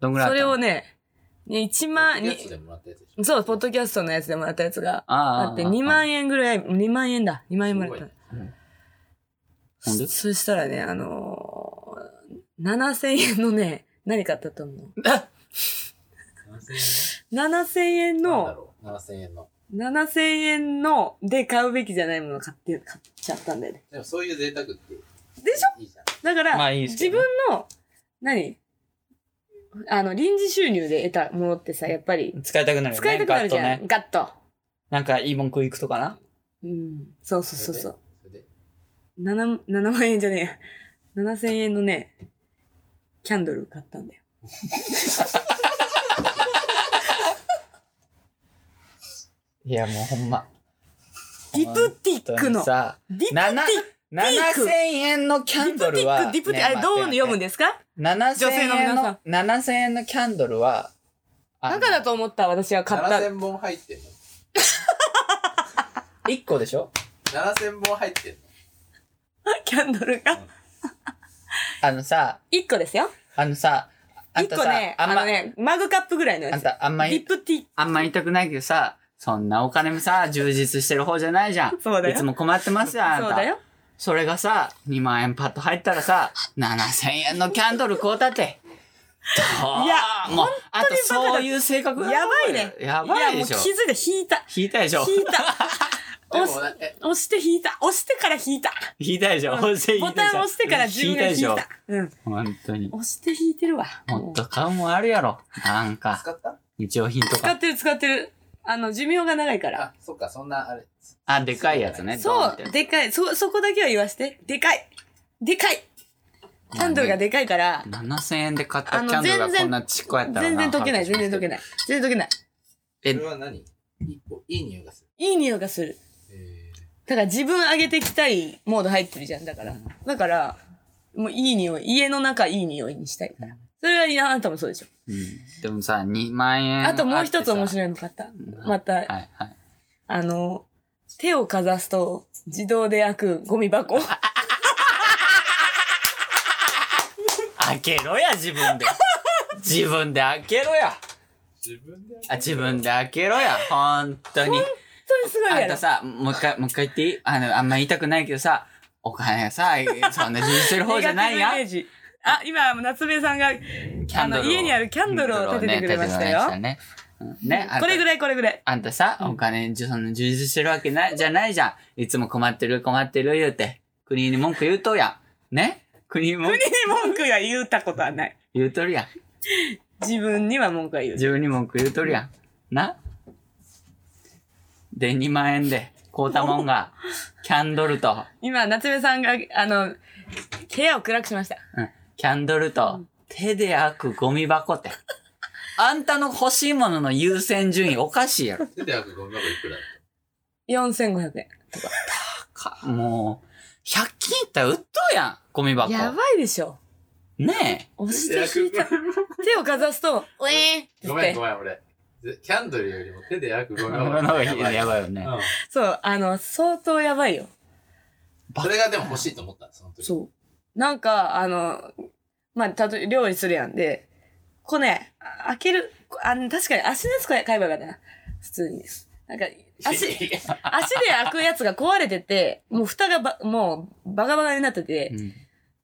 Speaker 3: どんぐらいあ
Speaker 1: そ
Speaker 3: っ
Speaker 1: れ
Speaker 3: たの
Speaker 1: をね、ね1万、
Speaker 2: ポッドキャスト
Speaker 1: に
Speaker 2: でもらったやつでしょ
Speaker 1: そう、ポッドキャストのやつでもらったやつがあ
Speaker 3: あー
Speaker 1: って、
Speaker 3: あー
Speaker 1: 2万円ぐらい、2万円だ。2万円もらったの。
Speaker 3: ほんで
Speaker 1: そしたらね、あのー、7000円のね、何買ったと思う
Speaker 2: 7000
Speaker 1: ?7000 円
Speaker 2: 円
Speaker 1: の、
Speaker 2: の。7000円の。
Speaker 1: 7000円ので買うべきじゃないものを買って、買っちゃったんだよね。
Speaker 2: でもそういう贅沢って。
Speaker 1: でしょ
Speaker 2: いいじゃん。
Speaker 1: だから、
Speaker 3: まあいいです
Speaker 1: 自
Speaker 3: けど
Speaker 1: 分
Speaker 3: ね
Speaker 1: の、何あの、臨時収入で得たものってさ、やっぱり、
Speaker 3: <laughs> 使いたくなるよね。
Speaker 1: 使いたくなるじゃん。
Speaker 3: ガ
Speaker 1: ガ
Speaker 3: ッ
Speaker 1: ッ
Speaker 3: と
Speaker 1: と,、
Speaker 3: ね。なんかいい文句いくとかな。
Speaker 1: うん。そうそうそうそう。
Speaker 2: それで。
Speaker 1: 7、7万円じゃねえや。7000円のね、キャンドル買ったんだよ。
Speaker 3: いや、もうほんま。
Speaker 1: ディプティックの。デ
Speaker 3: さ、
Speaker 1: ィプティ
Speaker 3: 7
Speaker 1: ック。
Speaker 3: 7000円のキャ
Speaker 1: ディ
Speaker 3: ン
Speaker 1: プテ
Speaker 3: ド
Speaker 1: ィ
Speaker 3: ル
Speaker 1: ッ
Speaker 3: は、
Speaker 1: ク、ディプティ
Speaker 3: ね
Speaker 1: ック、あれどう読むん
Speaker 3: 待って
Speaker 1: ですか
Speaker 3: 7000
Speaker 1: 女性の
Speaker 3: 円
Speaker 1: 皆さ
Speaker 3: の、7000円のキャンドルは、あの
Speaker 1: だからと思った私は買った。
Speaker 2: 7000本入ってんの。
Speaker 3: 1個でしょ
Speaker 2: 7000本入ってんの。
Speaker 1: キャンドルが。
Speaker 3: あのさ、
Speaker 1: 1個ですよ。
Speaker 3: あのさ、あん
Speaker 1: 1
Speaker 3: た
Speaker 1: 個
Speaker 3: さ、
Speaker 1: ね、
Speaker 3: あん
Speaker 1: あ
Speaker 3: ま、
Speaker 1: のね、マグカップぐらいの
Speaker 3: あ
Speaker 1: や
Speaker 3: ん
Speaker 1: つ。
Speaker 3: たあんま
Speaker 1: リッ
Speaker 3: り、
Speaker 1: プティー。
Speaker 3: あんま言いたくないけどさ、そんなお金もさ、充実してる方じゃないじゃん。
Speaker 1: そうだよ
Speaker 3: いつも困ってますよ、あんた。
Speaker 1: そうだよ。
Speaker 3: それがさ、2万円パッと入ったらさ、7000円のキャンドル買うたって。どう
Speaker 1: いや
Speaker 3: もう、あ
Speaker 1: バ
Speaker 3: と
Speaker 1: カだ
Speaker 3: そういう性格だな
Speaker 1: やばいね。
Speaker 3: やば
Speaker 1: や、
Speaker 3: いで
Speaker 1: もう
Speaker 3: し
Speaker 1: 気
Speaker 3: ょ。
Speaker 1: づいた、引いた。
Speaker 3: 引いたでしょ。
Speaker 1: 引いた。押
Speaker 2: でも
Speaker 1: す
Speaker 2: な、え、
Speaker 1: 押して引いた。押してから引いた。
Speaker 3: 引いたでしょ。
Speaker 1: ボ
Speaker 3: 引いたでしょ
Speaker 1: タン押してから自分で引い
Speaker 3: 引いたで
Speaker 1: た。うん。
Speaker 3: しょ。本当に。
Speaker 1: 押して引いてるわ。
Speaker 3: もっと買うもんあるやろ。なんか、
Speaker 2: 使った
Speaker 3: 日用品と
Speaker 1: 使
Speaker 3: か。
Speaker 1: ってる使ってる。あの、寿命が長いから。
Speaker 2: あ、そっか、そんな、あれ。
Speaker 3: あ、でかいやつね。ドン
Speaker 1: そ
Speaker 3: って
Speaker 1: う、でかい。そ、そこだけは言わして。でかい。でかい。キャンドルがでかいから、
Speaker 3: 7000円で買っ
Speaker 1: あ
Speaker 3: た
Speaker 1: の
Speaker 3: キャンドルが
Speaker 1: 全然
Speaker 3: こんなちっこやったら
Speaker 1: 全
Speaker 3: な
Speaker 1: 然溶けない、全然溶け
Speaker 3: い。
Speaker 1: ない。全然溶けない。
Speaker 2: そ
Speaker 3: え
Speaker 2: れは何いおいい匂いがす
Speaker 1: いい匂いがする。
Speaker 2: る。え
Speaker 1: だから自分上げてきたいモード入ってるじゃん。だから。だから、もういい匂い。家の中いい匂いにしたいから。それはあなたもそうでしょ。
Speaker 3: うんでもさ、2万円。
Speaker 1: あともう一つ面
Speaker 3: い。
Speaker 1: 白いの買った。また、
Speaker 3: はいはい。
Speaker 1: あの、手をかざすと自動で開くゴミ箱。
Speaker 3: 開けろや、自
Speaker 1: <laughs>
Speaker 3: 分で。自分で開けろや。
Speaker 2: ー、自分で
Speaker 3: あ、自分で開けろや。ほんとに。
Speaker 1: 本当にすごい
Speaker 3: あ
Speaker 1: や
Speaker 3: ん
Speaker 1: ろ
Speaker 3: た。さ、もう一回、もう一回言っていいあの、あんま言いたくないけどさ、お金さ、そんな充実してる方じゃないや
Speaker 1: ネガティブイメ。ージあ、今、夏目さんが、
Speaker 3: キャンドルを
Speaker 1: あの家にあるキャンドルを立ててくれましたよ
Speaker 3: キャンドルをね立ててくれましたねうんね、あんた
Speaker 1: これぐらいこれぐらい。
Speaker 3: あんたさ、お金、じゅそんな充実してるわけない、じゃないじゃん。いつも困ってる、困ってる言うて。国に文句言うとうやん。ね国に文句
Speaker 1: 国に文句は言ったことはない。
Speaker 3: 言うとるやん。
Speaker 1: 自分には文句は言う。
Speaker 3: 自分に文句言うとるやん。なで、2万円で、買うたもんが、キャンドルと、
Speaker 1: 今、夏目さんが、あの、部屋を暗くしました。
Speaker 3: うん、キャンドルと、手で開くゴミ箱って。あんたの欲しいものの優先順位おかしいやろ。
Speaker 2: 手で開くゴミ箱いくらだ
Speaker 1: 4500円。
Speaker 3: かもう、100均行ったら売っとうやん、ゴミ箱。
Speaker 1: やばいでしょ。
Speaker 3: ね
Speaker 1: 押して引いた。手をかざすと、ウェーンって
Speaker 2: ご
Speaker 1: 言っ
Speaker 2: めんご
Speaker 1: て。
Speaker 2: めん、俺。ぜキャンドルよりも手で焼くゴ
Speaker 3: え。
Speaker 1: <laughs>
Speaker 2: ミ箱の方がやばい。
Speaker 3: やばいよね。
Speaker 2: うん。
Speaker 1: そう、あの、相当やばいよ。
Speaker 2: それがでも欲しいと思ったのその時。
Speaker 1: そう。なんか、あの、まあ、たと、料理するやんで、こうね、あ開ける、こあの確かに足のやつ買えばよかったな。普通に。なんか、
Speaker 2: <laughs>
Speaker 1: 足、足で開くやつが壊れてて、もう蓋がば、もう、バカバカになってて、
Speaker 3: うん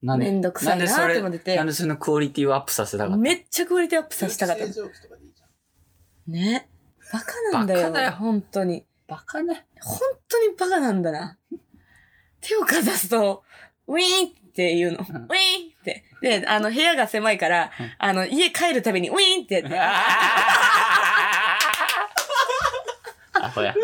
Speaker 3: なんで
Speaker 1: めんどくさいなーって思ってて
Speaker 3: なんでそれなんでそのクオリティをアップさせたかった
Speaker 1: めっちゃクオリティアップさせたかった
Speaker 2: 空気。清浄機とかでいいじゃん。
Speaker 1: ね。バカなんだよ。
Speaker 3: バカだよ
Speaker 1: 本当に。
Speaker 3: バカ
Speaker 2: <laughs>
Speaker 3: ね。
Speaker 1: 本当にバカなんだな。手をかざすと、ウィーンって言うの。ウィーンって。で、あの、部屋が狭いから、あの、家帰るたびにウィーンってやって、今、
Speaker 3: あ、ほや。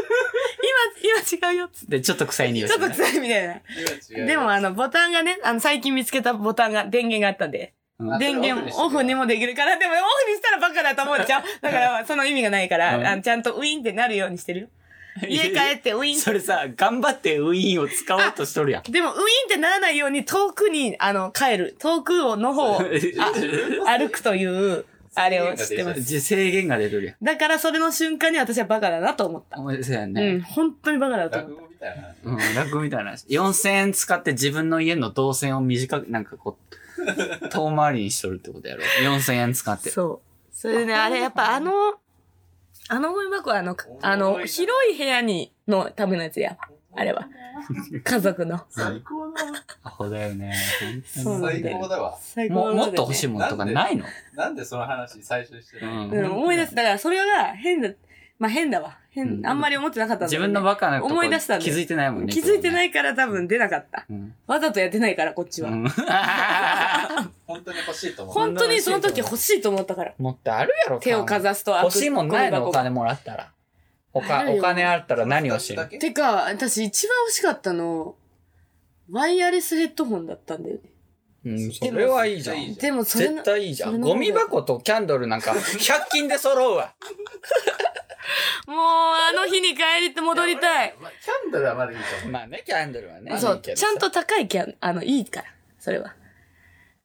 Speaker 1: 今違うよっつっ
Speaker 3: で、ちょっと臭い
Speaker 1: て。
Speaker 3: 匂い
Speaker 1: ちょ
Speaker 3: す
Speaker 1: っと
Speaker 3: る。
Speaker 1: 臭いみたい
Speaker 2: 今違
Speaker 1: な。
Speaker 2: う
Speaker 1: でもあの、ボタンがね、あの、最近見つけたボタンが、電源があったんで。
Speaker 3: うん
Speaker 1: 電源オフに
Speaker 2: も。
Speaker 1: もできるから、でもオフにしたらバカだと思っちゃう。だから、その意味がないから、
Speaker 3: うん
Speaker 1: あのちゃんとウィーンってなるようにしてるよ。家帰ってウィーンって
Speaker 3: それさ、頑張ってウィーンを使おうとしとるやん。 <laughs>
Speaker 1: でも、ウィーンってならないように遠くに、あの、帰る。遠くを、の方を <laughs> 歩くという、あれを知ってます。
Speaker 3: 自制限が出とるやん。
Speaker 1: だから、それの瞬間に私はバカだなと思った。
Speaker 3: お前そうや
Speaker 1: うん、
Speaker 3: ね。
Speaker 1: 本当にバカだと
Speaker 2: 落
Speaker 1: 思っ。
Speaker 2: 語みたいな。
Speaker 3: うん、楽みたいな話。4000円使って自分の家の動線を短く、なんかこう、遠回りにしとるってことやろ。4000円使ったて。
Speaker 1: そう。それでね、あれ、やっぱあの、あのゴミ箱は、あの、かあの、広い部屋に、のためのやつや。あれ
Speaker 3: <laughs>
Speaker 1: は。家族の。
Speaker 2: 最高だわ。
Speaker 3: アホだよね。
Speaker 1: そうなん
Speaker 2: 最
Speaker 1: だよ
Speaker 2: 高だわ。
Speaker 1: 最
Speaker 3: も
Speaker 1: の
Speaker 3: もっと欲しいものとかないの
Speaker 2: なんでその話最初にしてないの
Speaker 3: ん
Speaker 1: うん、思い出す。だから、それが変だ、まあ変だわ。変、
Speaker 3: うん
Speaker 1: あんまり思ってなかったんだ
Speaker 3: 自
Speaker 1: けど
Speaker 3: 分のバカなとこ
Speaker 1: 思い出したんだ
Speaker 3: 気
Speaker 1: よ
Speaker 3: づいてないもんね。。
Speaker 1: 気づいてないいから多分出なかった。
Speaker 3: うん。
Speaker 1: わざとやってないから、こっちは。
Speaker 2: 本当に欲しいと思う。
Speaker 1: 本当にその時欲しいと思ったから。
Speaker 3: もっとあるやろ、
Speaker 1: 手をかざすと開く
Speaker 3: 欲しいもんないの
Speaker 1: ゴミ
Speaker 3: お
Speaker 1: 箱
Speaker 3: 金もらったら。お
Speaker 1: あ
Speaker 3: か
Speaker 1: るよ
Speaker 3: お金あったら何をし
Speaker 2: だ
Speaker 3: る
Speaker 2: け
Speaker 1: てか、私一番欲しかったの、ワイヤレスヘッドホンだったんだよね。
Speaker 3: うん、それはいいじゃ
Speaker 2: いい
Speaker 3: ん
Speaker 2: じ。
Speaker 1: でもそれ
Speaker 3: 絶対いいじゃ
Speaker 1: それ
Speaker 3: ん。
Speaker 1: の方
Speaker 3: ゴ
Speaker 1: が
Speaker 3: ミ箱とキャンドルなんか、100均で揃うわ。
Speaker 1: もうあの日に帰りって戻りたい。
Speaker 2: まあキャンドルはまだいいと思う。
Speaker 3: まあね、キャンドルはね。
Speaker 1: そう、
Speaker 3: いいけど
Speaker 1: ち
Speaker 3: さ
Speaker 1: ゃんと高いキャン、あの、いいから。それは。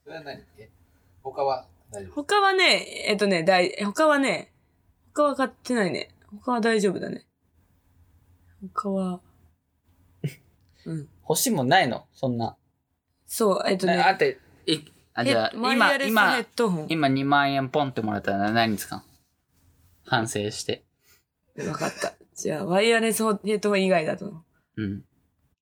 Speaker 2: それは何え他は大丈夫。
Speaker 1: 他はね、えっとね、だい、他はね、他は買ってないね。他は大丈夫だね。他は、うん。
Speaker 5: 欲しいもんないのそんな。
Speaker 1: そう、えっと
Speaker 5: ああ
Speaker 1: ね。
Speaker 5: って、
Speaker 3: いあ、じゃあ、
Speaker 1: ヘッワイヤ
Speaker 3: 今、
Speaker 1: レス
Speaker 3: 今
Speaker 1: ヘッ、ドホン。
Speaker 3: 今2万円ポンってもらったら何に使う反省して。
Speaker 1: わかった。じゃあ、ワイヤレスヘッドホン以外だと。ちょっ
Speaker 3: うん。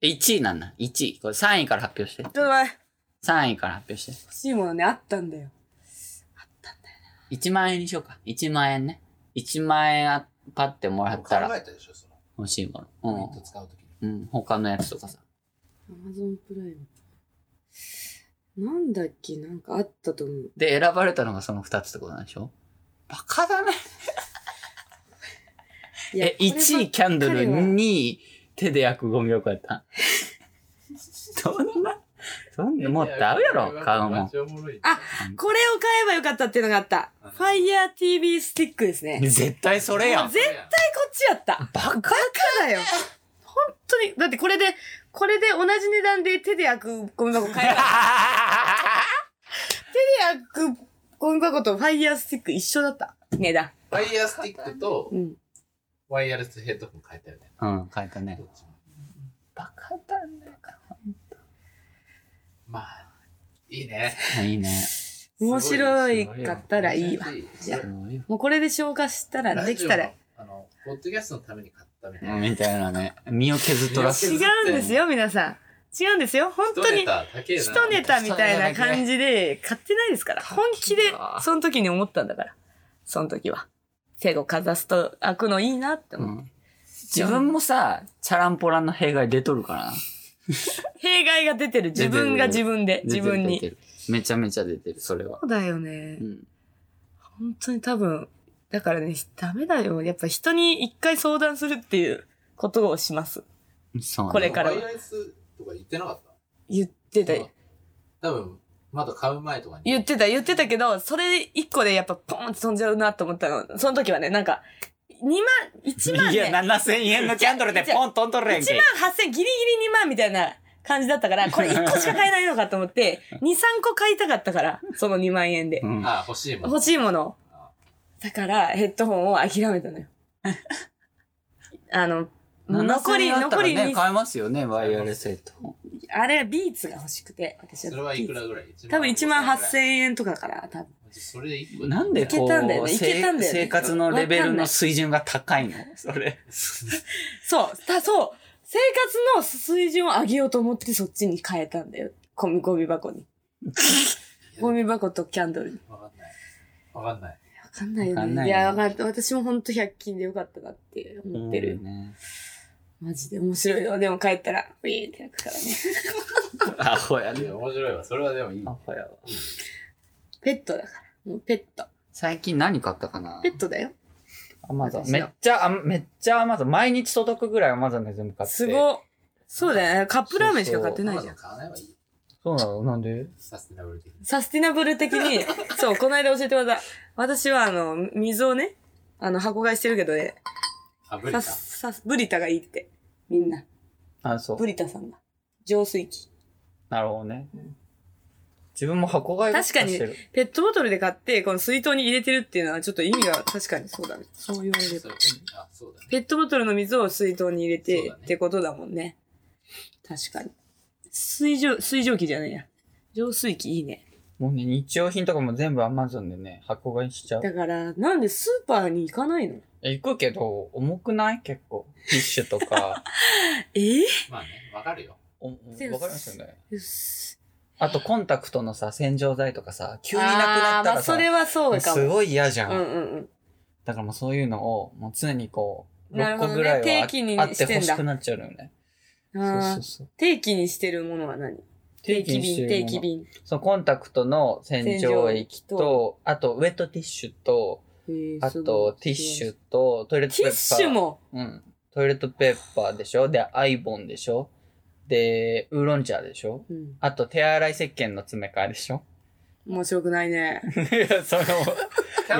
Speaker 3: 1位なんだ。1位。これ3位から発表して。
Speaker 1: と待って
Speaker 3: 3位から発表して。
Speaker 1: 欲しいものね、あったんだよ。
Speaker 3: 1万円にしようか。1万円ね。1万円あパッてもら
Speaker 2: 考
Speaker 3: ったら
Speaker 2: えたでしょ、その。
Speaker 3: 欲しいも
Speaker 2: ポイン
Speaker 3: の
Speaker 2: ト。使うときに。
Speaker 3: うん。うん。他のやつとかさ。
Speaker 1: アマゾンプライム。なんだっけなんかあったと思う。
Speaker 3: で、選ばれたのがその2つってことなんでしょバカだね。
Speaker 1: い
Speaker 3: え、1位キャンドル、2位手で焼くゴミ箱やった。そんな、そんな、もうダメやろ、顔も。。
Speaker 2: あ
Speaker 1: これを買えばよかったっていうのがあった。
Speaker 2: うん
Speaker 1: FireTV スティックですね。絶
Speaker 3: 絶対それやん。
Speaker 1: 絶対こっちやった。
Speaker 3: バカ
Speaker 1: バカだよ。本当に。だってこれで、これで同じ値段で手で焼くゴミ箱買え <laughs> ば。手で焼くゴミ箱と Fire スティック一緒だった。値段。
Speaker 2: ファイヤースティックと
Speaker 1: うん。
Speaker 2: ワイヤレスヘッドホン変えたよね。
Speaker 3: うん、変えたね
Speaker 2: ど。っちも
Speaker 3: バカだね。
Speaker 2: まあ、いいね。
Speaker 3: いいね。
Speaker 1: 面白いかったらいいわ。
Speaker 2: す
Speaker 1: じゃあ
Speaker 2: ごい
Speaker 1: もうこれで消化したら、できたら。違。
Speaker 2: ラジオのあの、ポッドキャストのために買ったみたいな。
Speaker 3: みたいなね。身を削っとらす。
Speaker 2: 違
Speaker 1: うんですよ、皆さん。違うんですよ。本当に。一ネタみたいな感じで買ってないですから。本気で、その時に思ったんだから。その時は。手をかざすと開くのいいなって
Speaker 3: う
Speaker 1: 思う。
Speaker 3: ん自分もさ、チャランポランの弊害出とるからな。
Speaker 1: 弊害が出てる。自分が自分で、自分
Speaker 3: 出て
Speaker 1: に。
Speaker 3: る。めちゃめちゃ出てる、それは
Speaker 1: そ。うだよね
Speaker 3: う。ん。
Speaker 1: 本当に多分。だからね、ダメだよ。やっぱ人に一回相談するっていうことをします。
Speaker 3: そうね。
Speaker 1: これから
Speaker 2: ワイヤレスとか言ってなかった
Speaker 1: 言ってた。
Speaker 2: 多分、まだ買う前とかに。
Speaker 1: 言ってた、言ってたけど、それ一個でやっぱポンって飛んじゃうなと思ったの。その時はね、なんか、2万、1万、ね、
Speaker 3: いや、7000円のキャンドルでポン飛んとるやん
Speaker 1: 1
Speaker 3: け
Speaker 1: 万。8000ギリギリ2万みたいな感じだった
Speaker 3: <laughs>
Speaker 1: から、これ1個しか買えないのかと思って、2、3個買いたかったから、その2万円で
Speaker 3: う。ん
Speaker 2: あ、欲しいもん。
Speaker 1: 欲しいもの。だから、ヘッドホンを諦めたのよ。 <laughs> あの、残り、
Speaker 3: 7000円あった
Speaker 1: 残
Speaker 3: ら
Speaker 1: り
Speaker 3: ね、
Speaker 1: に、
Speaker 3: 買えますよね、ワイヤレスヘッドホン。
Speaker 1: あれ、ビーツが欲しくて、私は。
Speaker 2: それはいくらぐらい
Speaker 1: 多分1万8000
Speaker 2: 8000
Speaker 1: 円とかから、多分。
Speaker 2: それで一個
Speaker 3: なんでこ
Speaker 1: いけたんだよ
Speaker 3: う、
Speaker 1: ねいけたんだよね
Speaker 3: せ生活のレベルの水準が高いのそれ。
Speaker 1: そう、た、そう、生活の水準を上げようと思ってそっちに変えたんだよ。ゴミ、ゴミ箱
Speaker 3: <laughs>
Speaker 1: に。ゴミ箱とキャンドルに。
Speaker 2: わかんない。わかんない。
Speaker 1: わかんないよ
Speaker 3: わかん
Speaker 1: ね。
Speaker 3: ないいよ
Speaker 1: や、わかんない。私もほんと100均でよかったなって思ってる。
Speaker 3: ね。
Speaker 1: マジで面白いよ。でも帰ったら、ウィーンってなくからね。
Speaker 3: アホや
Speaker 2: い
Speaker 3: ね。
Speaker 2: や、面白いわ。それはでもいい
Speaker 3: ア。ホやわ。
Speaker 1: ペットだから。もうペット。
Speaker 3: 最近何買ったかな
Speaker 1: ペットだよ。
Speaker 3: アマゾン。
Speaker 1: 私
Speaker 3: め
Speaker 1: の
Speaker 3: っちゃ、あめっちゃアマゾン。毎日届くぐらいアマゾンで全部買って。
Speaker 1: すごっ。そうだよね。カップラーメンしか買ってないじゃん。
Speaker 2: 買わないはいい。
Speaker 3: そうなのなんで
Speaker 2: サステナブル的に。
Speaker 1: サスティナブル的
Speaker 3: <laughs>
Speaker 1: に、そう、この間教えてもらった。私は、あの、水をね、あの、箱買いしてるけどね、
Speaker 2: あ、ブリ
Speaker 1: サ
Speaker 2: か。
Speaker 1: ス、サス、ブリタがいいって。みんな。
Speaker 3: あ、そう
Speaker 1: ブ。リタさんが。浄水器。
Speaker 3: なるほどね。自分も箱買いばっか
Speaker 1: 確か
Speaker 3: し
Speaker 1: に
Speaker 3: てる。、
Speaker 1: ペットボトルで買って、この水筒に入れてるっていうのは、ちょっと意味が確かにそうだね。そう言われれば
Speaker 2: そうあ、そうだね。
Speaker 1: ペットボトルの水を水筒に入れ
Speaker 2: そう
Speaker 1: て
Speaker 2: だね
Speaker 1: ってことだもんね。確かに。水蒸、水蒸気じゃないや。浄水器いいね。
Speaker 3: もうね、日用品とかも全部アマゾンでね、箱買いしちゃう。
Speaker 1: だから、なんでスーパーに行かないの
Speaker 3: え行くけど、重くない結構。ティッシュとか。
Speaker 1: え
Speaker 2: まあね、わかるよ。
Speaker 3: おわかりますよね。
Speaker 1: ー、す
Speaker 3: あと、コンタクトのさ、洗浄剤とかさ、急
Speaker 1: 急
Speaker 3: になくなった
Speaker 1: ま
Speaker 3: ら
Speaker 1: あ、そ
Speaker 3: さ、
Speaker 1: れはそうかも。
Speaker 3: すごい嫌じゃ。
Speaker 1: うんんうんうん。
Speaker 3: だからもうそういうのを、もう常にこう、
Speaker 1: なる
Speaker 3: 6
Speaker 1: ほ
Speaker 3: 個
Speaker 1: どね
Speaker 3: ぐらいはあ,、
Speaker 1: 定期に
Speaker 3: あって
Speaker 1: してんだ
Speaker 3: 欲しくなっちゃうのよね。そう
Speaker 1: あ
Speaker 3: そう
Speaker 1: ー
Speaker 3: そう。
Speaker 1: 定期にしてるものは何定期
Speaker 3: し
Speaker 1: 便、
Speaker 3: てる
Speaker 1: 定
Speaker 3: もの
Speaker 1: 期便。
Speaker 3: そのコンタクトの洗浄液
Speaker 1: 洗浄液
Speaker 3: と、あとウェットティッシュと、
Speaker 1: へー
Speaker 3: あ
Speaker 1: すごい
Speaker 3: とティッシュ
Speaker 1: テ
Speaker 3: と、トイレットペ
Speaker 1: ィ
Speaker 3: ッパ
Speaker 1: ッ
Speaker 3: ー。
Speaker 1: シュも。
Speaker 3: うん。トイレットペーパーでしょで、アイボンでしょで、ウーロン茶でしょ
Speaker 1: うん。
Speaker 3: あと、手洗い石鹸の詰め替えでしょ
Speaker 1: 面白くない <laughs> ね。
Speaker 3: <laughs> いや、それも、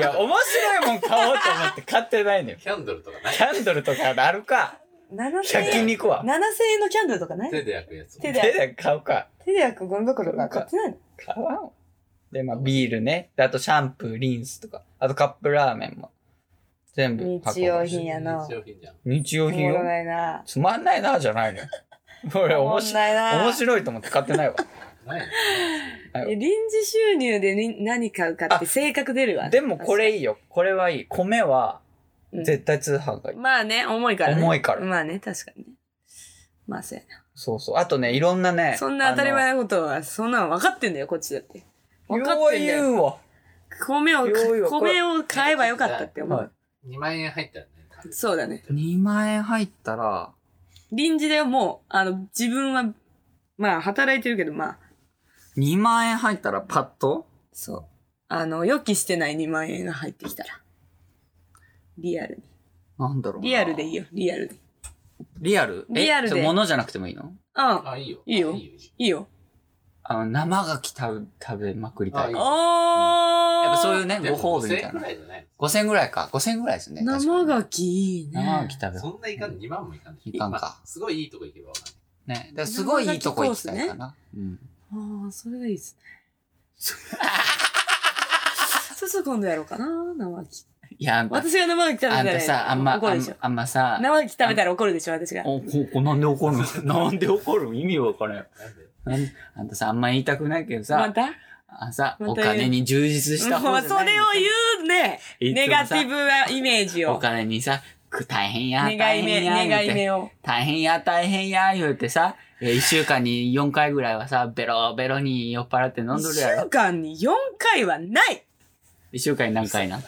Speaker 3: いや、面白いもん買おうと思って買ってないのよ。
Speaker 2: キャンドルとかない
Speaker 3: キャンドルとかあるか。
Speaker 1: 7000
Speaker 3: 100均に行くわ。
Speaker 1: 7000円のキャンドルとかな
Speaker 2: 手で焼くやつ。
Speaker 1: 手で
Speaker 3: 手で買うか。
Speaker 1: 手で焼くゴミ箱とか買ってないの
Speaker 3: 買わん。で、まあ、ビールね。であと、シャンプー、リンスとか。あと、カップラーメンも。全部。
Speaker 1: 日用品やな
Speaker 2: 日用品じゃん。
Speaker 3: 日用
Speaker 1: お
Speaker 3: 品
Speaker 1: もろ
Speaker 3: よ。
Speaker 1: ないな。 <laughs>
Speaker 3: つまんないな、じゃないのよ。
Speaker 5: 俺、
Speaker 1: おも
Speaker 5: 面
Speaker 1: んな
Speaker 5: 白
Speaker 1: い
Speaker 5: い。
Speaker 1: な
Speaker 5: 面白いと思って買ってない
Speaker 1: <laughs>
Speaker 5: わ。
Speaker 2: ないの
Speaker 1: え臨時収入でに何買うかって性格出るわ。
Speaker 5: でもこれいいよ。これはいい。米は
Speaker 1: うん
Speaker 5: 絶対通販がいい。
Speaker 1: まあね、重いからね。
Speaker 5: 重いから
Speaker 1: まあね、確かにね。まあそうや
Speaker 5: そうそう。あとね、いろんなね
Speaker 1: な。。そんな当たり前なことは、そんなの分かってんだよ、こっちだって。
Speaker 5: あの。
Speaker 1: 分かってんだ
Speaker 5: よう
Speaker 1: よ。
Speaker 5: 言うわ。
Speaker 1: 米を、
Speaker 5: ようよこれ
Speaker 1: 米を買えばよかったって思
Speaker 5: は
Speaker 1: う
Speaker 5: い。
Speaker 2: 2万円入ったらね。
Speaker 1: そうだね。
Speaker 3: 2万円入ったら、
Speaker 1: 臨時でもう、あの、自分は、まあ働いてるけど、まあ、
Speaker 3: 2万円入ったらパッと
Speaker 1: そう。あの、予期してない2万円が入ってきたら。リアルに。
Speaker 3: なんだろうな
Speaker 1: リアルでいいよ、リアルで。
Speaker 3: リアルえ
Speaker 1: リアルで
Speaker 3: それ物じゃなくてもいいの
Speaker 1: うん、
Speaker 2: あ、いいよ。
Speaker 1: いいよ
Speaker 2: あいいよ。
Speaker 1: いいよ。
Speaker 3: あの、生牡蠣食べ、食べまくりたい。
Speaker 2: あ
Speaker 3: や
Speaker 2: いい
Speaker 3: っ
Speaker 1: おー
Speaker 3: ぱそういうね、
Speaker 2: で
Speaker 3: ご
Speaker 2: も
Speaker 3: 褒美
Speaker 2: 5000
Speaker 3: みた
Speaker 2: 円
Speaker 3: い
Speaker 2: ぐ
Speaker 3: な
Speaker 2: ら。いじゃない
Speaker 3: 5000円ぐらいか。5000円ぐらいですね。確
Speaker 1: 生
Speaker 3: かに
Speaker 1: ガキいいね。
Speaker 3: 生牡蠣食べ
Speaker 2: そんないかん、2万もいかんでしょ
Speaker 3: いかんか
Speaker 2: まあすごいいいとこ行けばわかんない。
Speaker 3: ね。だからすごいいいとこ行きたいかな。うん。
Speaker 1: ああ、それがいいですね。 <laughs> そうそう、今度やろうかな、生き
Speaker 3: いや、あんた、
Speaker 1: 私が生き食べた
Speaker 3: あん
Speaker 1: ら、
Speaker 3: たさ、あんま、あ
Speaker 1: 怒るでし
Speaker 3: ん
Speaker 1: ょ。
Speaker 3: あんまさ、
Speaker 1: 生き食べたら怒るでしょ、私が。
Speaker 3: お、こ、こなんで怒るの <laughs> なんで怒るの意味わからんよ。
Speaker 2: なんで
Speaker 3: なんあんたさ、あんま言いたくないけどさ、
Speaker 1: またも
Speaker 3: あさ、
Speaker 1: ま
Speaker 3: お
Speaker 1: た言う
Speaker 3: 金に充実した方
Speaker 1: う
Speaker 3: じゃ
Speaker 1: そ
Speaker 3: ない
Speaker 1: れを言うね。
Speaker 3: いつも
Speaker 1: ネ
Speaker 3: さ
Speaker 1: ガティブなイメージ
Speaker 3: お
Speaker 1: を。
Speaker 3: 金にさ、く大変や、
Speaker 1: 願
Speaker 3: 大
Speaker 1: い
Speaker 3: 変
Speaker 1: 目、
Speaker 3: や、
Speaker 1: 願い
Speaker 3: 言うて
Speaker 1: 目を。
Speaker 3: 大変や、大変や、言うてさ、えー一週間に4回ぐらいはさ、ベロベロに酔っ払って飲ん
Speaker 1: 1
Speaker 3: どるや
Speaker 1: 週
Speaker 3: ろ。
Speaker 1: 間に4回はない
Speaker 3: 一週間に何回な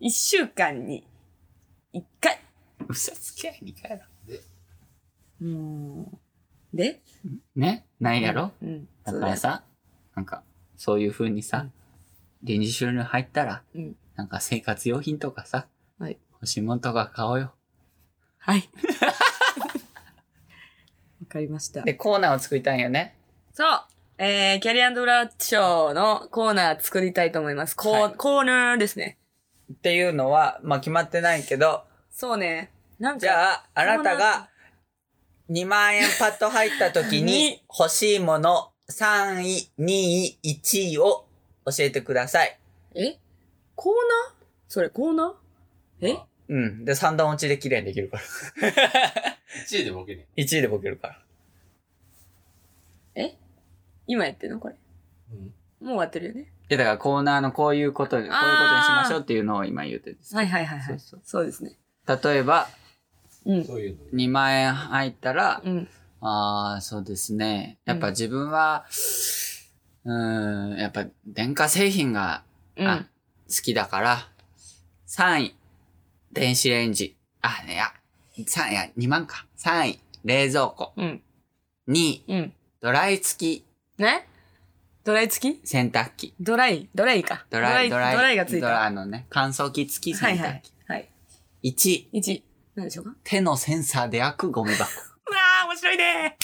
Speaker 1: !1 週間に1回。
Speaker 3: 嘘つけや、2回やろ。
Speaker 1: うん。で
Speaker 3: ねないやろ、
Speaker 1: うん。
Speaker 3: だ
Speaker 1: そう
Speaker 3: か
Speaker 1: だよ
Speaker 3: らさ、なんか、そういう風にさ、臨時収入入ったら、
Speaker 1: うん
Speaker 3: なんか生活用品とかさ、
Speaker 1: はい
Speaker 3: 欲しいもんとか買おうよ。
Speaker 1: はい。 <laughs> わかりました。
Speaker 5: で、コーナーを作りたいんよね。
Speaker 1: そう。えー、キャリアンドブラッショーのコーナー作りたいと思います。コー、
Speaker 5: はい
Speaker 1: コーナーですね。
Speaker 5: っていうのは、まあ決まってないけど、
Speaker 1: そうね。なんか。
Speaker 5: じゃあ、あなたが2万円パッと入った時
Speaker 1: に
Speaker 5: に欲しいもの3位、2位、1位を教えてください。
Speaker 1: えコーナーそれコーナーえ
Speaker 5: うん。で、三段落ちで綺麗にできるから。
Speaker 2: 1位でボケね
Speaker 5: 1位でボケるから。
Speaker 1: え今やってんのこれ。
Speaker 2: え。うん。
Speaker 1: もう終わってるよね。
Speaker 3: いや、だからコーナーのこういうこと、こういうことにしましょうっていうのを今言うてるんです。
Speaker 1: はいはいはいはい。
Speaker 3: そう
Speaker 1: そうですね。
Speaker 3: 例えば、
Speaker 1: うん。
Speaker 2: そういうの。
Speaker 3: 2万円入ったら、
Speaker 1: うん。
Speaker 3: ああ、そうですね。やっぱ自分は、うーん、やっぱ電化製品が、
Speaker 1: うん
Speaker 3: あ好きだから、3位、電子レンジ。あ、いや、3位、いや、2万か。3位、冷蔵庫。
Speaker 1: うん。
Speaker 3: 2位、
Speaker 1: うん。
Speaker 3: ドライ付き
Speaker 1: ねドライ付き
Speaker 3: 洗濯機。
Speaker 1: ドライドライか。
Speaker 3: ドライ、
Speaker 1: ドライがつい
Speaker 3: ドラ
Speaker 1: た。
Speaker 3: あのね、乾燥機付き
Speaker 1: は
Speaker 3: 洗
Speaker 1: い
Speaker 3: 濯機。
Speaker 1: はい。はい。
Speaker 3: 1、
Speaker 1: 1。何でしょうか
Speaker 3: 手のセンサーで開くゴミ
Speaker 1: う
Speaker 3: 箱。
Speaker 1: わー、面白いね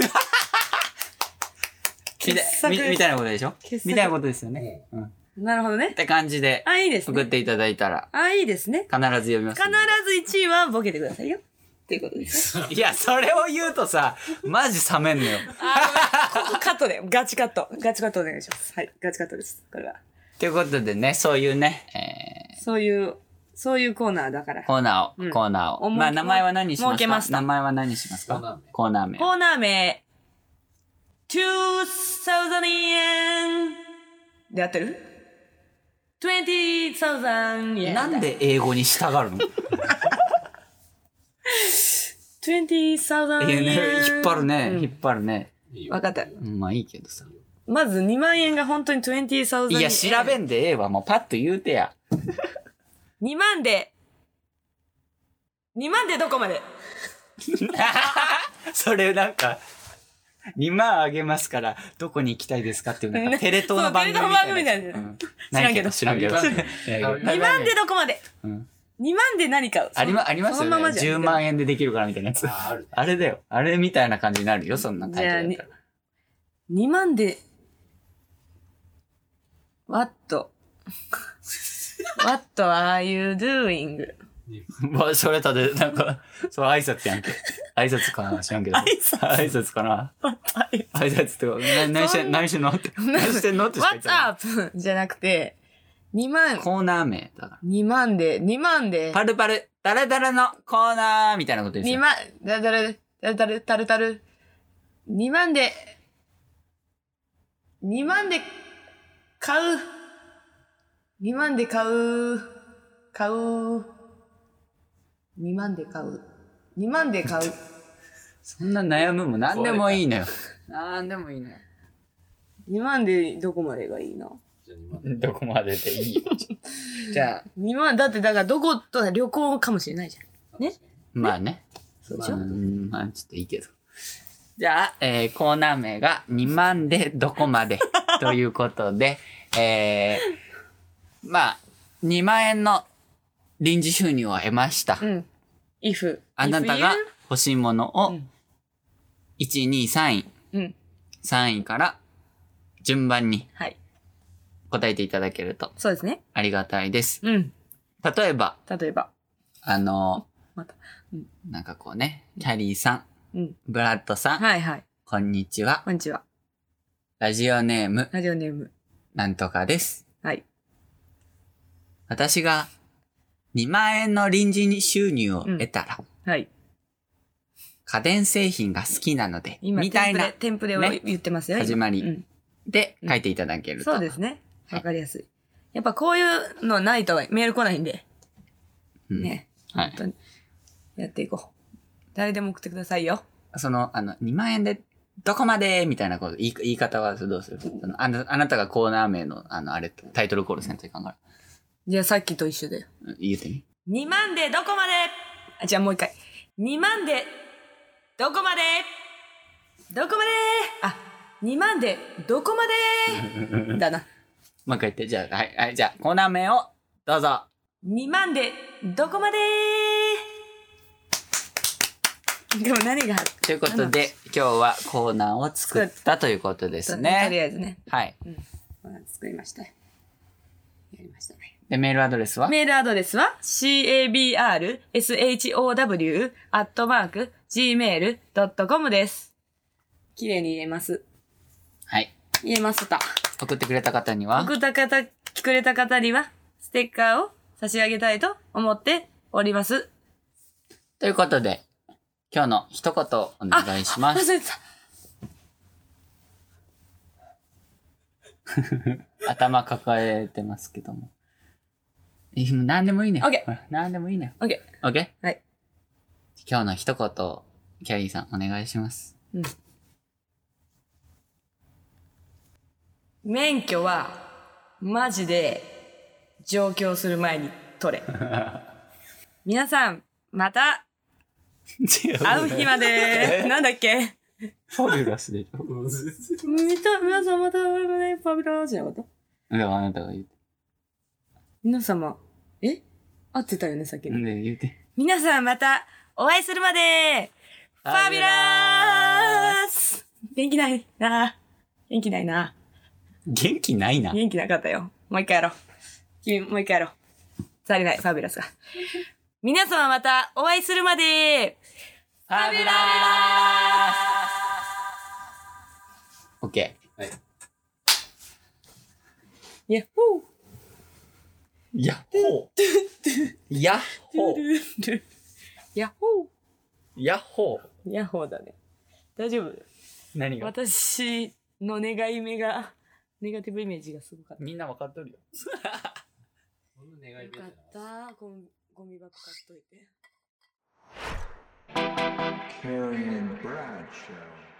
Speaker 3: み
Speaker 1: <laughs> 傑作
Speaker 3: たいみみたいなことでしょ
Speaker 1: 傑作
Speaker 3: みたいなことですよね。うん。っ
Speaker 1: なるほどね。
Speaker 3: て感じで、
Speaker 1: あ、いいです
Speaker 3: 送っ
Speaker 1: ね。
Speaker 3: ていただいたら、
Speaker 1: あ、いいですね。
Speaker 3: 必ず読みますんで。
Speaker 1: 必ず1位はボケてくださいよ。っていうことですね。
Speaker 3: いや、それを言うとさ、マジ冷めんのよ。
Speaker 1: あーここカットで、ガチカット。ガチカットお願いします。はい、ガチカットです。これは。
Speaker 3: ということでね、そういうね、え
Speaker 1: そういう、そういうコーナーだから
Speaker 3: ー、。コーナー
Speaker 1: うん
Speaker 3: を、コーナーを。
Speaker 1: 思い
Speaker 3: まあ、名前は何にします
Speaker 1: 設け
Speaker 3: か
Speaker 1: ました
Speaker 3: 名前は何にします
Speaker 2: コーナー
Speaker 3: か
Speaker 2: 名
Speaker 3: コーナー名。
Speaker 1: コーナー名、2000円で合ってる ?20,000 円。
Speaker 3: なんで英語に従うの
Speaker 1: ?20,000
Speaker 3: いや
Speaker 1: 円。
Speaker 3: ね引っ張るね
Speaker 1: う、ん
Speaker 3: 引っ張るね。
Speaker 2: いいよ。
Speaker 1: わかった。
Speaker 3: うんまあいいけどさ。
Speaker 1: まず2万円が本当に20,000円。
Speaker 3: いや、調べんでええわ。もうパッと言うて
Speaker 1: <laughs>
Speaker 3: や。
Speaker 1: 2万で、2万でどこまで
Speaker 3: それなんか、2万あげますから、どこに行きたいですかっていう、なんかテレ東の番組みたいな。
Speaker 1: そうテレ東の番組み
Speaker 3: うん
Speaker 1: 知らんけど
Speaker 3: 知ら
Speaker 1: <laughs>
Speaker 3: んけど。
Speaker 2: 知らんけど
Speaker 3: 知らんけど
Speaker 1: 2万でどこまで
Speaker 3: うん
Speaker 1: 2万で何買う
Speaker 3: ありま、あります
Speaker 1: そ
Speaker 3: よ
Speaker 1: の
Speaker 3: ね。
Speaker 1: ままじゃ
Speaker 3: 10
Speaker 1: ん
Speaker 3: 万円でできるからみたいなやつ。
Speaker 2: あ、ある。
Speaker 3: あれだよ。あれみたいな感じになるよ、そんなタイトルだったら。
Speaker 1: 2万でワットワット are you doing?
Speaker 3: <laughs> まあ、それたで、なんか、そう、挨拶やんけ。挨拶かな知らんけど。挨拶挨拶かな挨拶ってこと、な何して、何してんのって。何してんのってしか言って
Speaker 1: What's
Speaker 3: ない
Speaker 1: up? じゃなくて、2万、
Speaker 3: コーナー名だから。
Speaker 1: 2万で、2万で、
Speaker 3: パルパル、ダラダラのコーナーみたいなことです
Speaker 1: 2
Speaker 3: よ。
Speaker 1: 万、だだら、タルタル、タルタル。2万で、2万で買う。2万で買う。買う。2万で買う。2万で買
Speaker 3: <laughs>
Speaker 1: う。
Speaker 3: そんな悩むも何でもいいのよ。何でもいいのよ。
Speaker 1: 2万でどこまでがいいな。
Speaker 2: じゃあ2万
Speaker 3: <laughs> どこまででいいよ。 <laughs> じゃあ、
Speaker 1: 2万、だってだからどこと旅行かもしれないじゃん。
Speaker 3: まあね。
Speaker 1: そうでしょ、
Speaker 3: まあうんまあ、ちょっといいけど。じゃあ、えー、コーナー名が2万でどこま <laughs> でということで、えー、まあ、2万円の臨時収入を得ました。
Speaker 1: うん。if.
Speaker 3: あなた
Speaker 1: if
Speaker 3: が
Speaker 1: you-
Speaker 3: 欲しいもの
Speaker 1: う
Speaker 3: を
Speaker 1: ん、
Speaker 3: 1、2、3位、
Speaker 1: うん。
Speaker 3: 3位から順番に
Speaker 1: はい。
Speaker 3: 答えていただけると
Speaker 1: そうですね。
Speaker 3: ありがたいです。
Speaker 1: うん。
Speaker 3: 例えば、
Speaker 1: 例えば。
Speaker 3: あの、
Speaker 1: また。
Speaker 3: なんかこうね、キャリーさん、
Speaker 1: うん。
Speaker 3: ブラッドさん、
Speaker 1: はいはい。
Speaker 3: こんにちは。
Speaker 1: こんにちは。
Speaker 3: ラジオネーム、
Speaker 1: ラジオネーム。
Speaker 3: なんとかです。
Speaker 1: はい。
Speaker 3: 私が2万円の臨時収入を得たら、
Speaker 1: はい。
Speaker 3: 家電製品が好きなので、
Speaker 1: 今、
Speaker 3: みたいな、
Speaker 1: テンプレ、テンプレを
Speaker 3: ね
Speaker 1: 言ってますよ。今
Speaker 3: 始まり
Speaker 1: うん
Speaker 3: で書いていただけると。
Speaker 1: そうですね。
Speaker 3: はい
Speaker 1: わかりやすい。やっぱこういうのないとメール来ないんで、
Speaker 3: うん
Speaker 1: ね。
Speaker 3: は
Speaker 1: 本
Speaker 3: い。
Speaker 1: 当に。やっていこう。誰でも送ってくださいよ。
Speaker 3: その、あの、2万円で、どこまでみたいなこと、言い言い方はどうするそのあなあなたがコーナー名の、あの、あれ、タイトルコールせんといかんから。
Speaker 1: じゃあさっきと一緒だよ。
Speaker 3: うん言うてみ。
Speaker 1: 2万でどこまであ、じゃあもう一回。2万でどこまでどこまであ、2万でどこま
Speaker 3: <laughs>
Speaker 1: でだな。
Speaker 3: もう一回言って、じゃあ、はい、はい、じゃあ、コーナー名を、どうぞ。
Speaker 1: 2万でどこまででも何がある
Speaker 3: ということで、今日はコーナーを作ったということです
Speaker 1: とりあ
Speaker 3: ね。
Speaker 1: えずね。
Speaker 3: はい。
Speaker 1: 作りました。やりましたね。
Speaker 3: で、メールアドレスは
Speaker 1: メールアドレスは cabrshow.gmail.com です。綺麗に言えます。
Speaker 3: はい。
Speaker 1: 言えますた。
Speaker 3: 送ってくれた方には、
Speaker 1: 送った方、聞くれた方には、ステッカーを差し上げたいと思っております。
Speaker 3: ということで、今日の一言お願いしま
Speaker 1: あ
Speaker 3: す。
Speaker 1: 忘れてた。
Speaker 3: 頭抱えてますけども。えもう何でもいいね。
Speaker 1: オッケー
Speaker 3: ほら何でもいいね。
Speaker 1: オッケー。
Speaker 3: オッケー
Speaker 1: はい。
Speaker 3: 今日の一言、キャリーさんお願いします。
Speaker 1: 免許は、マジで、上京する前に取 <laughs> れ。皆さん、また、会う日まで、なんだっけ
Speaker 3: ファビュラスでしょ。
Speaker 1: みた、皆さんまた会う日まで、パビラーじゃなかった
Speaker 3: でもあなたが言う
Speaker 1: 皆様、え合ってたよね、さっき
Speaker 3: て。
Speaker 1: の。
Speaker 3: で、言うて。
Speaker 1: 皆さんまた、お会いするまで、ファビュラース元気ないな。元気ないな。
Speaker 3: 元気ないな。
Speaker 1: 元気なかったよ。もう一回やろう。君、もう一回やろう。足りない、ファビュラスが。皆様またお会いするまで
Speaker 3: ファビュラーオッケー。
Speaker 2: はい。
Speaker 1: ヤッホー
Speaker 3: ヤッホー。ヤッホー。
Speaker 1: ヤッホ
Speaker 3: ヤッホー。
Speaker 1: ーヤッホーだね。大丈夫
Speaker 3: 何が
Speaker 1: 私の願い目が、ネガティブイメージがすごかった。
Speaker 3: みんな分かっとるよ。
Speaker 2: こんな願い
Speaker 1: よ
Speaker 2: 出て
Speaker 1: か
Speaker 2: な
Speaker 1: っ
Speaker 2: かった
Speaker 1: た。ゴミゴミ箱買っといて。
Speaker 4: Carrie and Bradshaw.